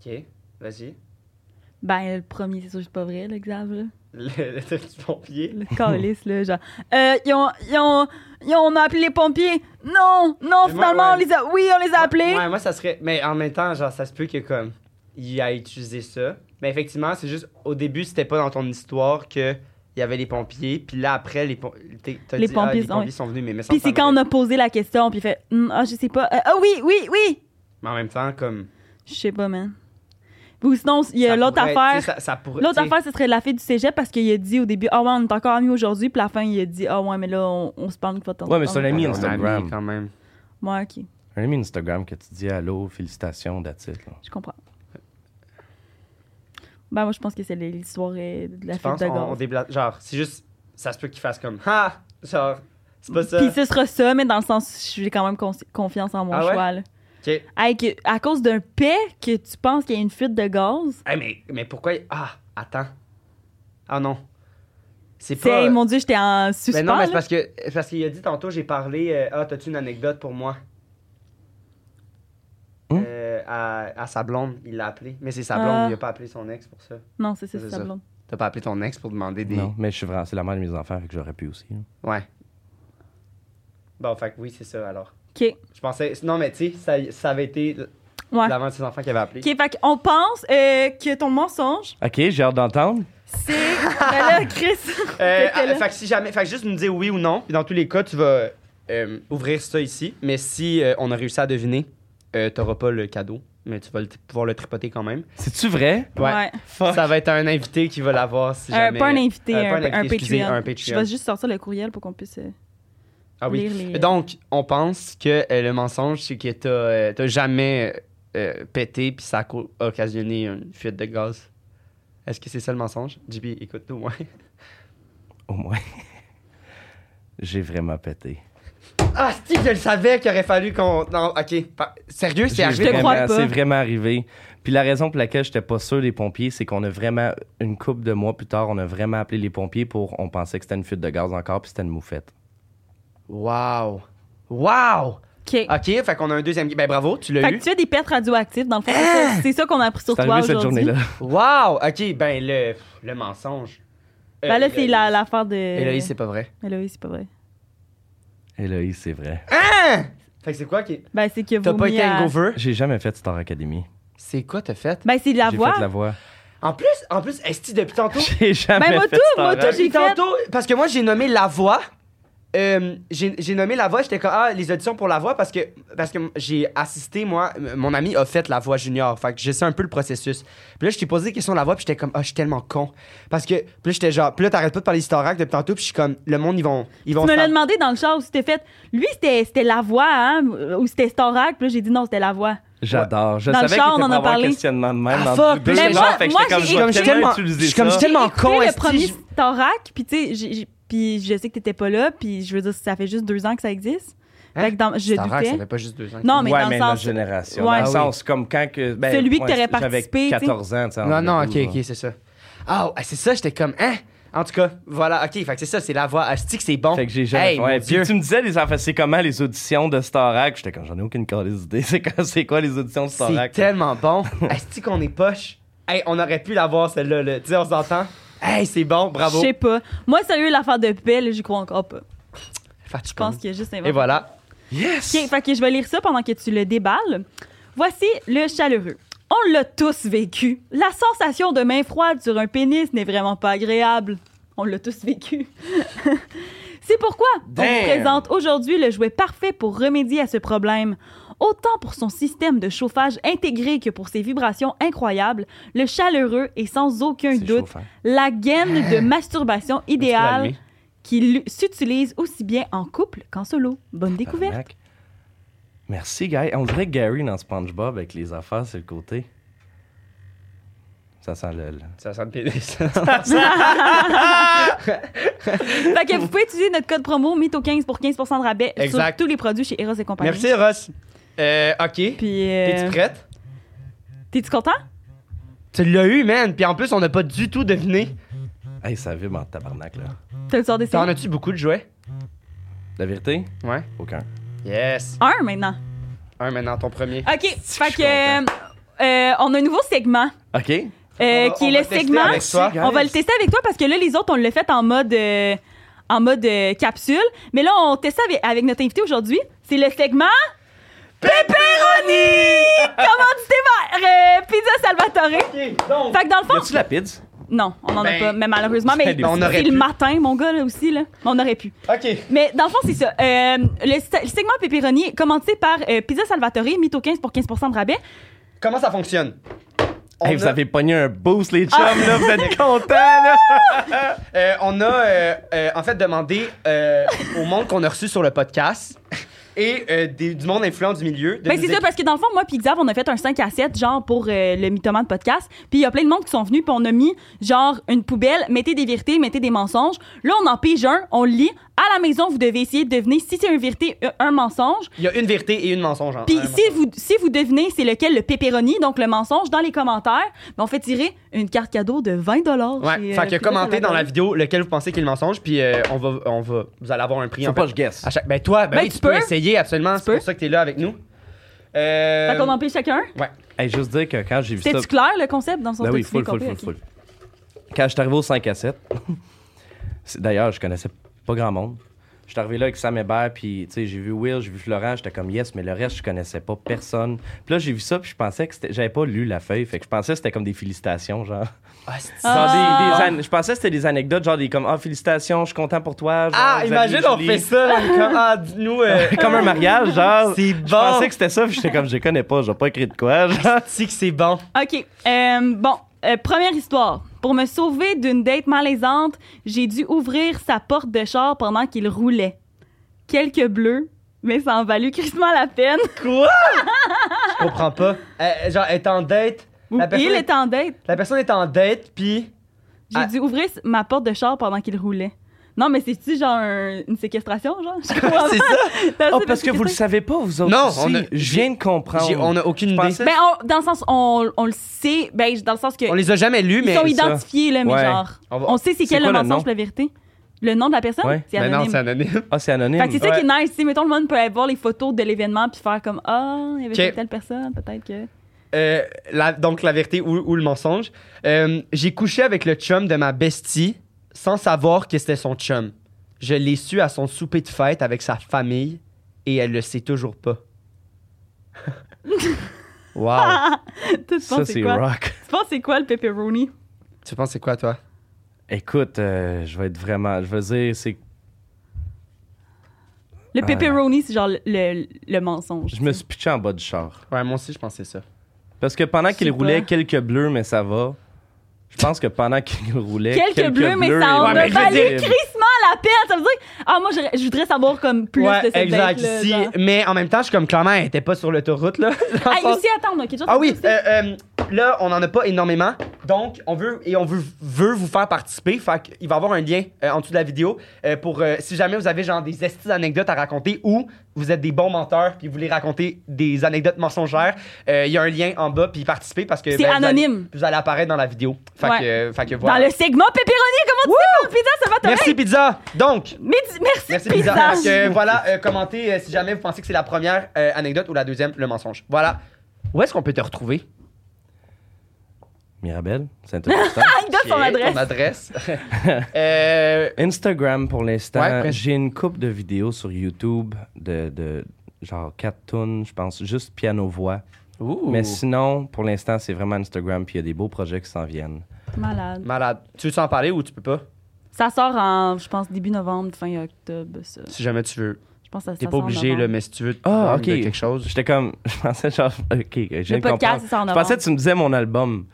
Ok, vas-y. Ben, le premier, c'est sûr que c'est pas vrai, là, Xav, là. Le, le truc du pompier. Le calice, là, genre. Euh, ils ont, ils ont, ils ont- on a appelé les pompiers. Non, non, Mais moi, finalement, ouais. on les a. Oui, on les a appelés. Ouais, ouais, moi, ça serait. Mais en même temps, genre, ça se peut que, comme, il a utilisé ça. Mais effectivement, c'est juste, au début, c'était pas dans ton histoire que il y avait les pompiers. Puis là, après, les, pom- t'es- t'as Les dit, pompiers ah, les sont- pompiers sont venus. Mais, mais ça, Puis ça c'est quand on m'aurait- a posé la question, puis il fait Hum, Ah, je sais pas. Euh, Ah oui, oui, oui. Mais en même temps, comme. Je sais pas, man. Ou sinon, il y a ça l'autre pourrait- affaire. tu sais, Ça, ça pourrait- L'autre tu sais, affaire, ce serait la fille du cégep parce qu'il a dit au début Ah ouais, on est encore amis aujourd'hui. Puis à la fin, il a dit Ah ouais, mais là, on, on se parle une fois de temps en Ouais, mais temps. c'est un ami on a Instagram. mis quand même. Ouais, ok, Un ami Instagram que tu dis allô, félicitations, d'attitude. je comprends. Ben, moi, je pense que c'est l'histoire euh, de la Tu fête penses, de on, on gaz. débla- Genre, c'est juste. Ça se peut qu'il fasse comme. Ha! Genre, c'est pas ça. Puis ce sera ça, mais dans le sens, j'ai quand même con- confiance en mon Ah ouais? choix. Là. Ok. Hey, que- à cause d'un paix que tu penses qu'il y a une fuite de gaz, Hey, Eh, mais, mais pourquoi. Ah, attends. Ah non. C'est c'est pas. hey, mon Dieu, j'étais en suspens. mais Ben non, mais c'est là. parce que c'est parce qu'il a dit tantôt, j'ai parlé. euh, ah, t'as-tu une anecdote pour moi? Hmm? Euh, à, à sa blonde, il l'a appelé. Mais c'est sa Hein? Ah. blonde, il a pas appelé son ex pour ça. Non, c'est ça, C'est c'est ça. ça. blonde. T'as pas appelé ton ex pour demander des. Non, mais je suis vraiment, c'est la mère de mes enfants, fait que j'aurais pu aussi. là. Ouais. Bon, fait que oui, c'est ça alors. Ok. Je pensais. Non, mais tu sais, ça, ça avait été Ouais. l'avant de ses enfants qui avait appelé. Ok, fait qu'on pense euh, que ton mensonge, Ok, j'ai hâte d'entendre. c'est. ben là, Chris. Euh, t'étais là. ah, fait que si jamais, fait que juste nous dire oui ou non. Puis dans tous les cas, tu vas euh, ouvrir ça ici. Mais si euh, on a réussi à deviner, euh, t'auras pas le cadeau, mais tu vas le- pouvoir le tripoter quand même. C'est-tu vrai? Ouais. Fuck. Ça va être un invité qui va l'avoir si Euh, jamais. pas un invité, euh, un, pas un, invité, excusez, Patreon. un Patreon. Je vais juste sortir le courriel pour qu'on puisse. euh, Ah oui. lire les- Donc, on pense que euh, le mensonge, c'est que t'as euh, t'as jamais euh, euh, pété puis ça a co- occasionné une fuite de gaz. Est-ce que c'est ça le mensonge? JB, écoute-nous, ouais. Au moins. j'ai vraiment pété. Ah, Steve, je le savais qu'il aurait fallu qu'on. Non, ok. Par- Sérieux, c'est J'ai arrivé. te vraiment- crois pas. C'est vraiment arrivé. Puis la raison pour laquelle j'étais pas sûr des pompiers, c'est qu'on a vraiment, une couple de mois plus tard, on a vraiment appelé les pompiers pour. On pensait que c'était une fuite de gaz encore, puis c'était une moufette. Wow! Wow! Ok. OK, fait qu'on a un deuxième... Ben bravo, Ah, tu l'as Fait eu. que tu as des pertes radioactives, dans le fond. c'est ça- C'est ça qu'on a appris sur Ah! C'est toi arrivé cette aujourd'hui. journée-là. Wow! OK, ben le, le mensonge. Euh, Ben là, c'est Héloïse. la- l'affaire de. Héloïse, c'est pas vrai. Héloïse, c'est pas vrai. Héloïse, c'est vrai. Hein? Fait que c'est quoi qui... Ben, c'est que vous. T'as pas été hangover? J'ai jamais fait Star Academy. C'est quoi t'as fait? Ben, c'est de la j'ai voix. fait la voix. En plus, en plus, est depuis tantôt... J'ai jamais Ben, moi fait tout, Star moi tout, Academy. j'ai Depuis fait. tantôt, parce que moi, j'ai nommé La Voix. Euh, j'ai j'ai nommé La Voix, j'étais comme, ah, les auditions pour La Voix, parce que, parce que j'ai assisté, moi, m- mon ami a fait La Voix junior, fait que je sais un peu le processus. Puis là, je t'ai posé des questions de La Voix, puis j'étais comme, ah, je suis tellement con. Parce que, puis là, j'étais genre, puis là, t'arrêtes pas de parler d'Historac depuis tantôt, puis je suis comme, le monde, ils vont... Ils vont Tu me l'as savoir. demandé dans le char où c'était fait. Lui, c'était c'était la voix, hein, ou c'était Storac. Puis là, j'ai dit non, c'était la voix. J'adore. Je Dans le savais char, qu'il on était en a pour avoir un parlé. questionnement de même Ah, dans fuck, deux mais deux moi- fait que moi, j'étais comme, j'ai je vais écouté- tellement Je utiliser suis comme, je ça. suis tellement Écoutez con, le esti, premier je- Tesseract, puis tu sais, j'ai- j'ai- puis je sais que t'étais pas là, puis je veux dire, ça fait juste deux ans que ça existe. Hein? Fait que dans- je C'est rare que ça doutais. fait pas juste deux ans. Non, mais ouais, dans mais le sens- notre génération. Ouais. Dans le Ah oui. sens, comme quand que. ben, Celui que ouais, t'aurais participé, J'avais 14 ans, tu sais. Non, non, ok, 12 ans. ok, c'est ça. Ah, ouais, c'est ça, j'étais comme, hein? En tout cas, voilà, ok, fait que c'est ça, c'est la voix. Astique, c'est bon. Fait que j'ai jamais. Oh. Hey, ouais, mon puis Dieu. tu me disais les enfants, c'est comment les auditions de Starac J'étais comme j'en ai aucune calice d'idée. C'est quoi, c'est quoi les auditions de C'est Starac tellement bon. Astique, on est poche. Hey, on aurait pu l'avoir, celle-là, là. Tu sais, on s'entend? Hey, c'est bon, Je bravo. sais pas. Moi, sérieux, l'affaire de Belle, j'y crois encore pas. Fait que Je pense qu'il y a juste un Et voilà. Yes. Ok, fait que je vais lire ça pendant que tu le déballes. Voici le chaleureux. On l'a tous vécu. La sensation de main froide sur un pénis n'est vraiment pas agréable. On l'a tous vécu. C'est pourquoi on vous Damn. présente aujourd'hui le jouet parfait pour remédier à ce problème. Autant pour son système de chauffage intégré que pour ses vibrations incroyables, le chaleureux est sans aucun C'est hein. doute chauffant. la gaine Hein? de masturbation idéale l'allumer? qui l'u- s'utilise aussi bien en couple qu'en solo. Bonne découverte. Tabarnak. Merci, Guy. On dirait Gary dans SpongeBob avec les affaires sur le côté. Ça sent le. le- Ça sent le pénis. Fait que vous pouvez utiliser notre code promo MITO15 pour 15 de rabais Exact. sur tous les produits chez Eros et compagnie. Merci, Ross. Euh, ok. Puis, T'es-tu euh, prête? t'es-tu content? Tu l'as eu, man. Puis en plus, on n'a pas du tout deviné. Hey, ça vibre en tabarnak, là. T'as le sort T'en d'essayer? as-tu beaucoup de jouets? La vérité Ouais. Aucun. Yes. Un maintenant. Un maintenant, ton premier. OK. C'est que Fait je que, suis content. euh, euh, on a un nouveau segment OK. euh, On va- qui on est va le tester segment. avec toi. On va le tester avec toi parce que là, les autres, on l'a fait en mode, euh, en mode euh, capsule. Mais là, on teste ça avec, avec notre invité aujourd'hui. C'est le segment. Pepperoni! Commandité par euh, Pizza Salvatore. Ok, donc. Fait que dans le fond, As-tu la pizza Non, on n'en a Ben, pas, mais malheureusement. Mais ben, on c'est aurait le pu. matin, mon gars, là aussi, là. Mais On aurait pu. Ok. Mais dans le fond, c'est ça. Euh, le, se- le segment Pepperoni est commenté par euh, Pizza Salvatore, Mito 15 pour 15 de rabais. Comment ça fonctionne? On Hey, vous a- avez pogné un boost, les chums, Ah. là. Vous êtes contents, là. Euh, on a euh, euh, en fait demandé euh, au monde qu'on a reçu sur le podcast et euh, des- du monde influent du milieu. de Ben, nous c'est ça, écrire. parce que dans le fond, moi, puis Xav, on a fait un 5 à 7, genre, pour euh, le Mythoman podcast. Puis il y a plein de monde qui sont venus, puis on a mis, genre, une poubelle, mettez des vérités, mettez des mensonges. Là, on en pige un, on le lit. À la maison, vous devez essayer de deviner si c'est une vérité, un- un mensonge. Il y a une vérité et une mensonge. hein, en- Puis un si vous, si vous devinez c'est lequel le pepperoni, donc le mensonge, dans les commentaires, ben, on fait tirer une carte cadeau de 20 dollars. euh, mensonge. Ouais, fait que commentez dans la vidéo lequel vous pensez qu'il est le mensonge, puis euh, on, va, on va. Vous allez avoir un prix Faut en pas fait. que je guess. À chaque- Ben toi, ben Ben, oui, tu tu, peux peux. essayer absolument, peux. c'est pour ça que t'es là avec nous. Euh, Fait qu'on en paye chacun. Ouais. Hey, juste dire que quand j'ai vu ça. C'était-tu clair le concept dans son Ben oui, t'as-tu bien full, full, full, compris? full. Quand je suis arrivé au 5 à 7, c'est- d'ailleurs, je connaissais pas grand monde. Je suis arrivé là avec Sam Hébert, puis tu sais, j'ai vu Will, j'ai vu Florent, j'étais comme yes, mais le reste, je connaissais pas personne. Puis là, j'ai vu ça, puis je pensais que c'était. J'avais pas lu la feuille, fait que je pensais que c'était comme des félicitations, genre. Ah, c'est- Ah. Genre des- des an- Je pensais que c'était des anecdotes, genre des comme Ah, félicitations, je suis content pour toi. genre, Ah, Xavier, imagine, on Julie. fait ça, on est comme, ah, dis-nous, euh, Comme un mariage, genre. c'est Ah, Je pensais bon. que c'était ça, puis j'étais comme je les connais pas, j'ai pas écrit de quoi, genre. Si que c'est bon. OK. euh, bon, euh, première histoire. Pour me sauver d'une date malaisante, j'ai dû ouvrir sa porte de char pendant qu'il roulait. Quelques bleus, mais ça en valut crissement la peine. Quoi? Je comprends pas. Euh, genre, elle est en date. La personne, Il est... est en date. la personne est en date, puis. J'ai Ah. dû ouvrir ma porte de char pendant qu'il roulait. Non, mais c'est-tu genre un- une séquestration, genre? Je comprends C'est pas. T'as Ah, ça, parce que vous le savez pas, vous autres. Non, aussi. on a- je viens de comprendre. J'ai- on a aucune Je idée. pensais- Ben, on- dans le sens, on, on le sait, ben, dans le sens que On les a jamais lus, ils mais. sont ça- identifiés, là, mais Ouais. genre, On on, va- sait c'est C'est quel quoi le le mensonge, nom? la vérité. Le nom de la personne, Ouais. c'est Ben non, anonyme. c'est anonyme. Ah, c'est anonyme. fait que c'est ça Ouais. qui est nice. Si, mettons, le monde peut aller voir les photos de l'événement puis faire comme Ah, il y avait Ok. telle, telle personne, peut-être que. Euh, la- donc, la vérité ou, ou le mensonge. Euh, J'ai couché avec le chum de ma bestie sans savoir que c'était son chum. Je l'ai su à son souper de fête avec sa famille et elle le sait toujours pas. wow. tu Ça, penses c'est c'est quoi? rock. Tu penses c'est quoi le pepperoni? Tu penses c'est quoi, toi? Écoute, euh, je vais être vraiment. Je veux dire, c'est. Le Ah. pepperoni, c'est genre le, le, le mensonge. Je me suis pitché en bas du char. Ouais, moi aussi, je pensais ça. Parce que pendant qu'il Je sais roulait, pas. quelques bleus, mais ça va. Je pense que pendant qu'il roulait. Quelques, bleus, mais ça en Ouais, a mais je veux valu dire- crissement la peine. Ça veut dire, ah, moi, j'aurais- je voudrais savoir comme plus ouais, de cette exact. date-là, Si- genre. mais en même temps, je suis comme clairement, elle était pas sur l'autoroute, là. Dans le Ah, sens- aussi, attends, on a quelque chose Ah à oui, dire aussi. euh, euh, là, on en a pas énormément. Donc, on veut et on veut, veut vous faire participer. Fait il va y avoir un lien euh, en dessous de la vidéo euh, pour euh, si jamais vous avez genre des estis anecdotes à raconter ou vous êtes des bons menteurs puis vous voulez raconter des anecdotes mensongères, euh, il y a un lien en bas puis participez parce que C'est ben, vous allez- anonyme. vous allez apparaître dans la vidéo. Fait Ouais. que, euh, fait que Dans voilà. le segment pepperoni, comment tu fais pour pizza, ça va, Thomas? Merci pizza. Donc, Midi- Merci, merci pizza. pizza. Parce que, voilà, euh, commentez euh, si jamais vous pensez que c'est la première euh, anecdote ou la deuxième, le mensonge. Voilà. Où est-ce qu'on peut te retrouver Mirabelle, Saint-Augustin. Ah, il donne son Ok, adresse. Ton adresse. Euh, Instagram pour l'instant. Ouais, presque. J'ai une coupe de vidéos sur YouTube de, de genre 4 tunes, je pense, juste piano-voix. Ouh. Mais sinon, pour l'instant, c'est vraiment Instagram, puis il y a des beaux projets qui s'en viennent. Malade. Malade. Tu veux t'en parler ou tu peux pas? Ça sort en, je pense, début novembre, fin octobre. Ça. Si jamais tu veux. Je pense que ça T'es ça pas sort en obligé, novembre. là, mais si tu veux te Ah, parler ok. de quelque chose. J'étais comme, je pensais genre, ok, j'ai Le podcast, c'est en Je pensais novembre. que tu me disais mon album.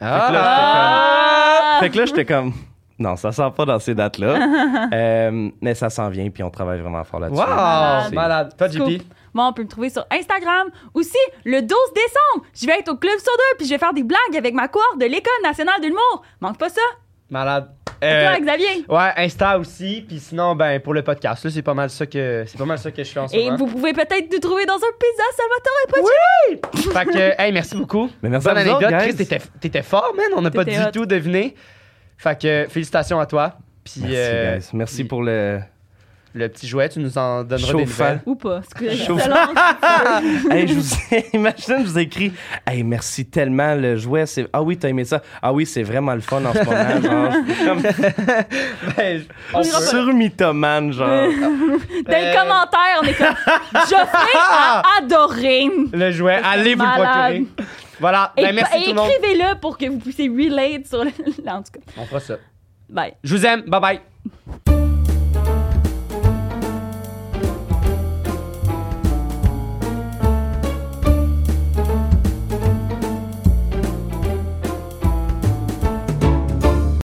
Ah, Ah! Fait que là, j'étais comme, non, ça sort pas dans ces dates-là. Euh, mais ça s'en vient, puis on travaille vraiment fort là-dessus. Wow! C'est- Malade. Toi, JP? Ah! Scoop. Moi, on peut me trouver sur Instagram. Aussi, le 12 décembre, je vais être au Club Soda puis je vais faire des blagues avec ma cour de l'École nationale de l'humour. Manque pas ça. Malade. Et Euh, toi, Xavier. ouais, Insta aussi. Puis sinon, ben, pour le podcast, là, c'est pas mal ça que, c'est pas mal ça que je fais en ce Et moment. vous pouvez peut-être nous trouver dans un pizza Salvatore et pas Fait que, hey, merci beaucoup. Mais merci Bonne à vous autres, anecdote. guys. Chris, t'étais, t'étais fort, man. On n'a pas du T'étais hot. tout deviné. Fait que, félicitations à toi. Puis, Merci, euh, guys. Merci pour le. le petit jouet, tu nous en donneras des Chauffant. nouvelles. Ou pas. C'est que- Chaud. Excellent. hey, je vous imagine, je vous ai écrit Hey, merci tellement le jouet. C'est... Ah oui, t'as aimé ça. Ah oui, c'est vraiment le fun en ce moment. genre, je suis comme Ben, on peut. surmythomane, genre. Dans les Euh. commentaires, on est comme Geoffrey a adoré. Le jouet, allez vous Malade. le procurer. Voilà, Et, ben, merci et tout le monde. écrivez-le pour que vous puissiez relate sur le. En tout cas, On fera ça. bye. Je vous aime, bye bye.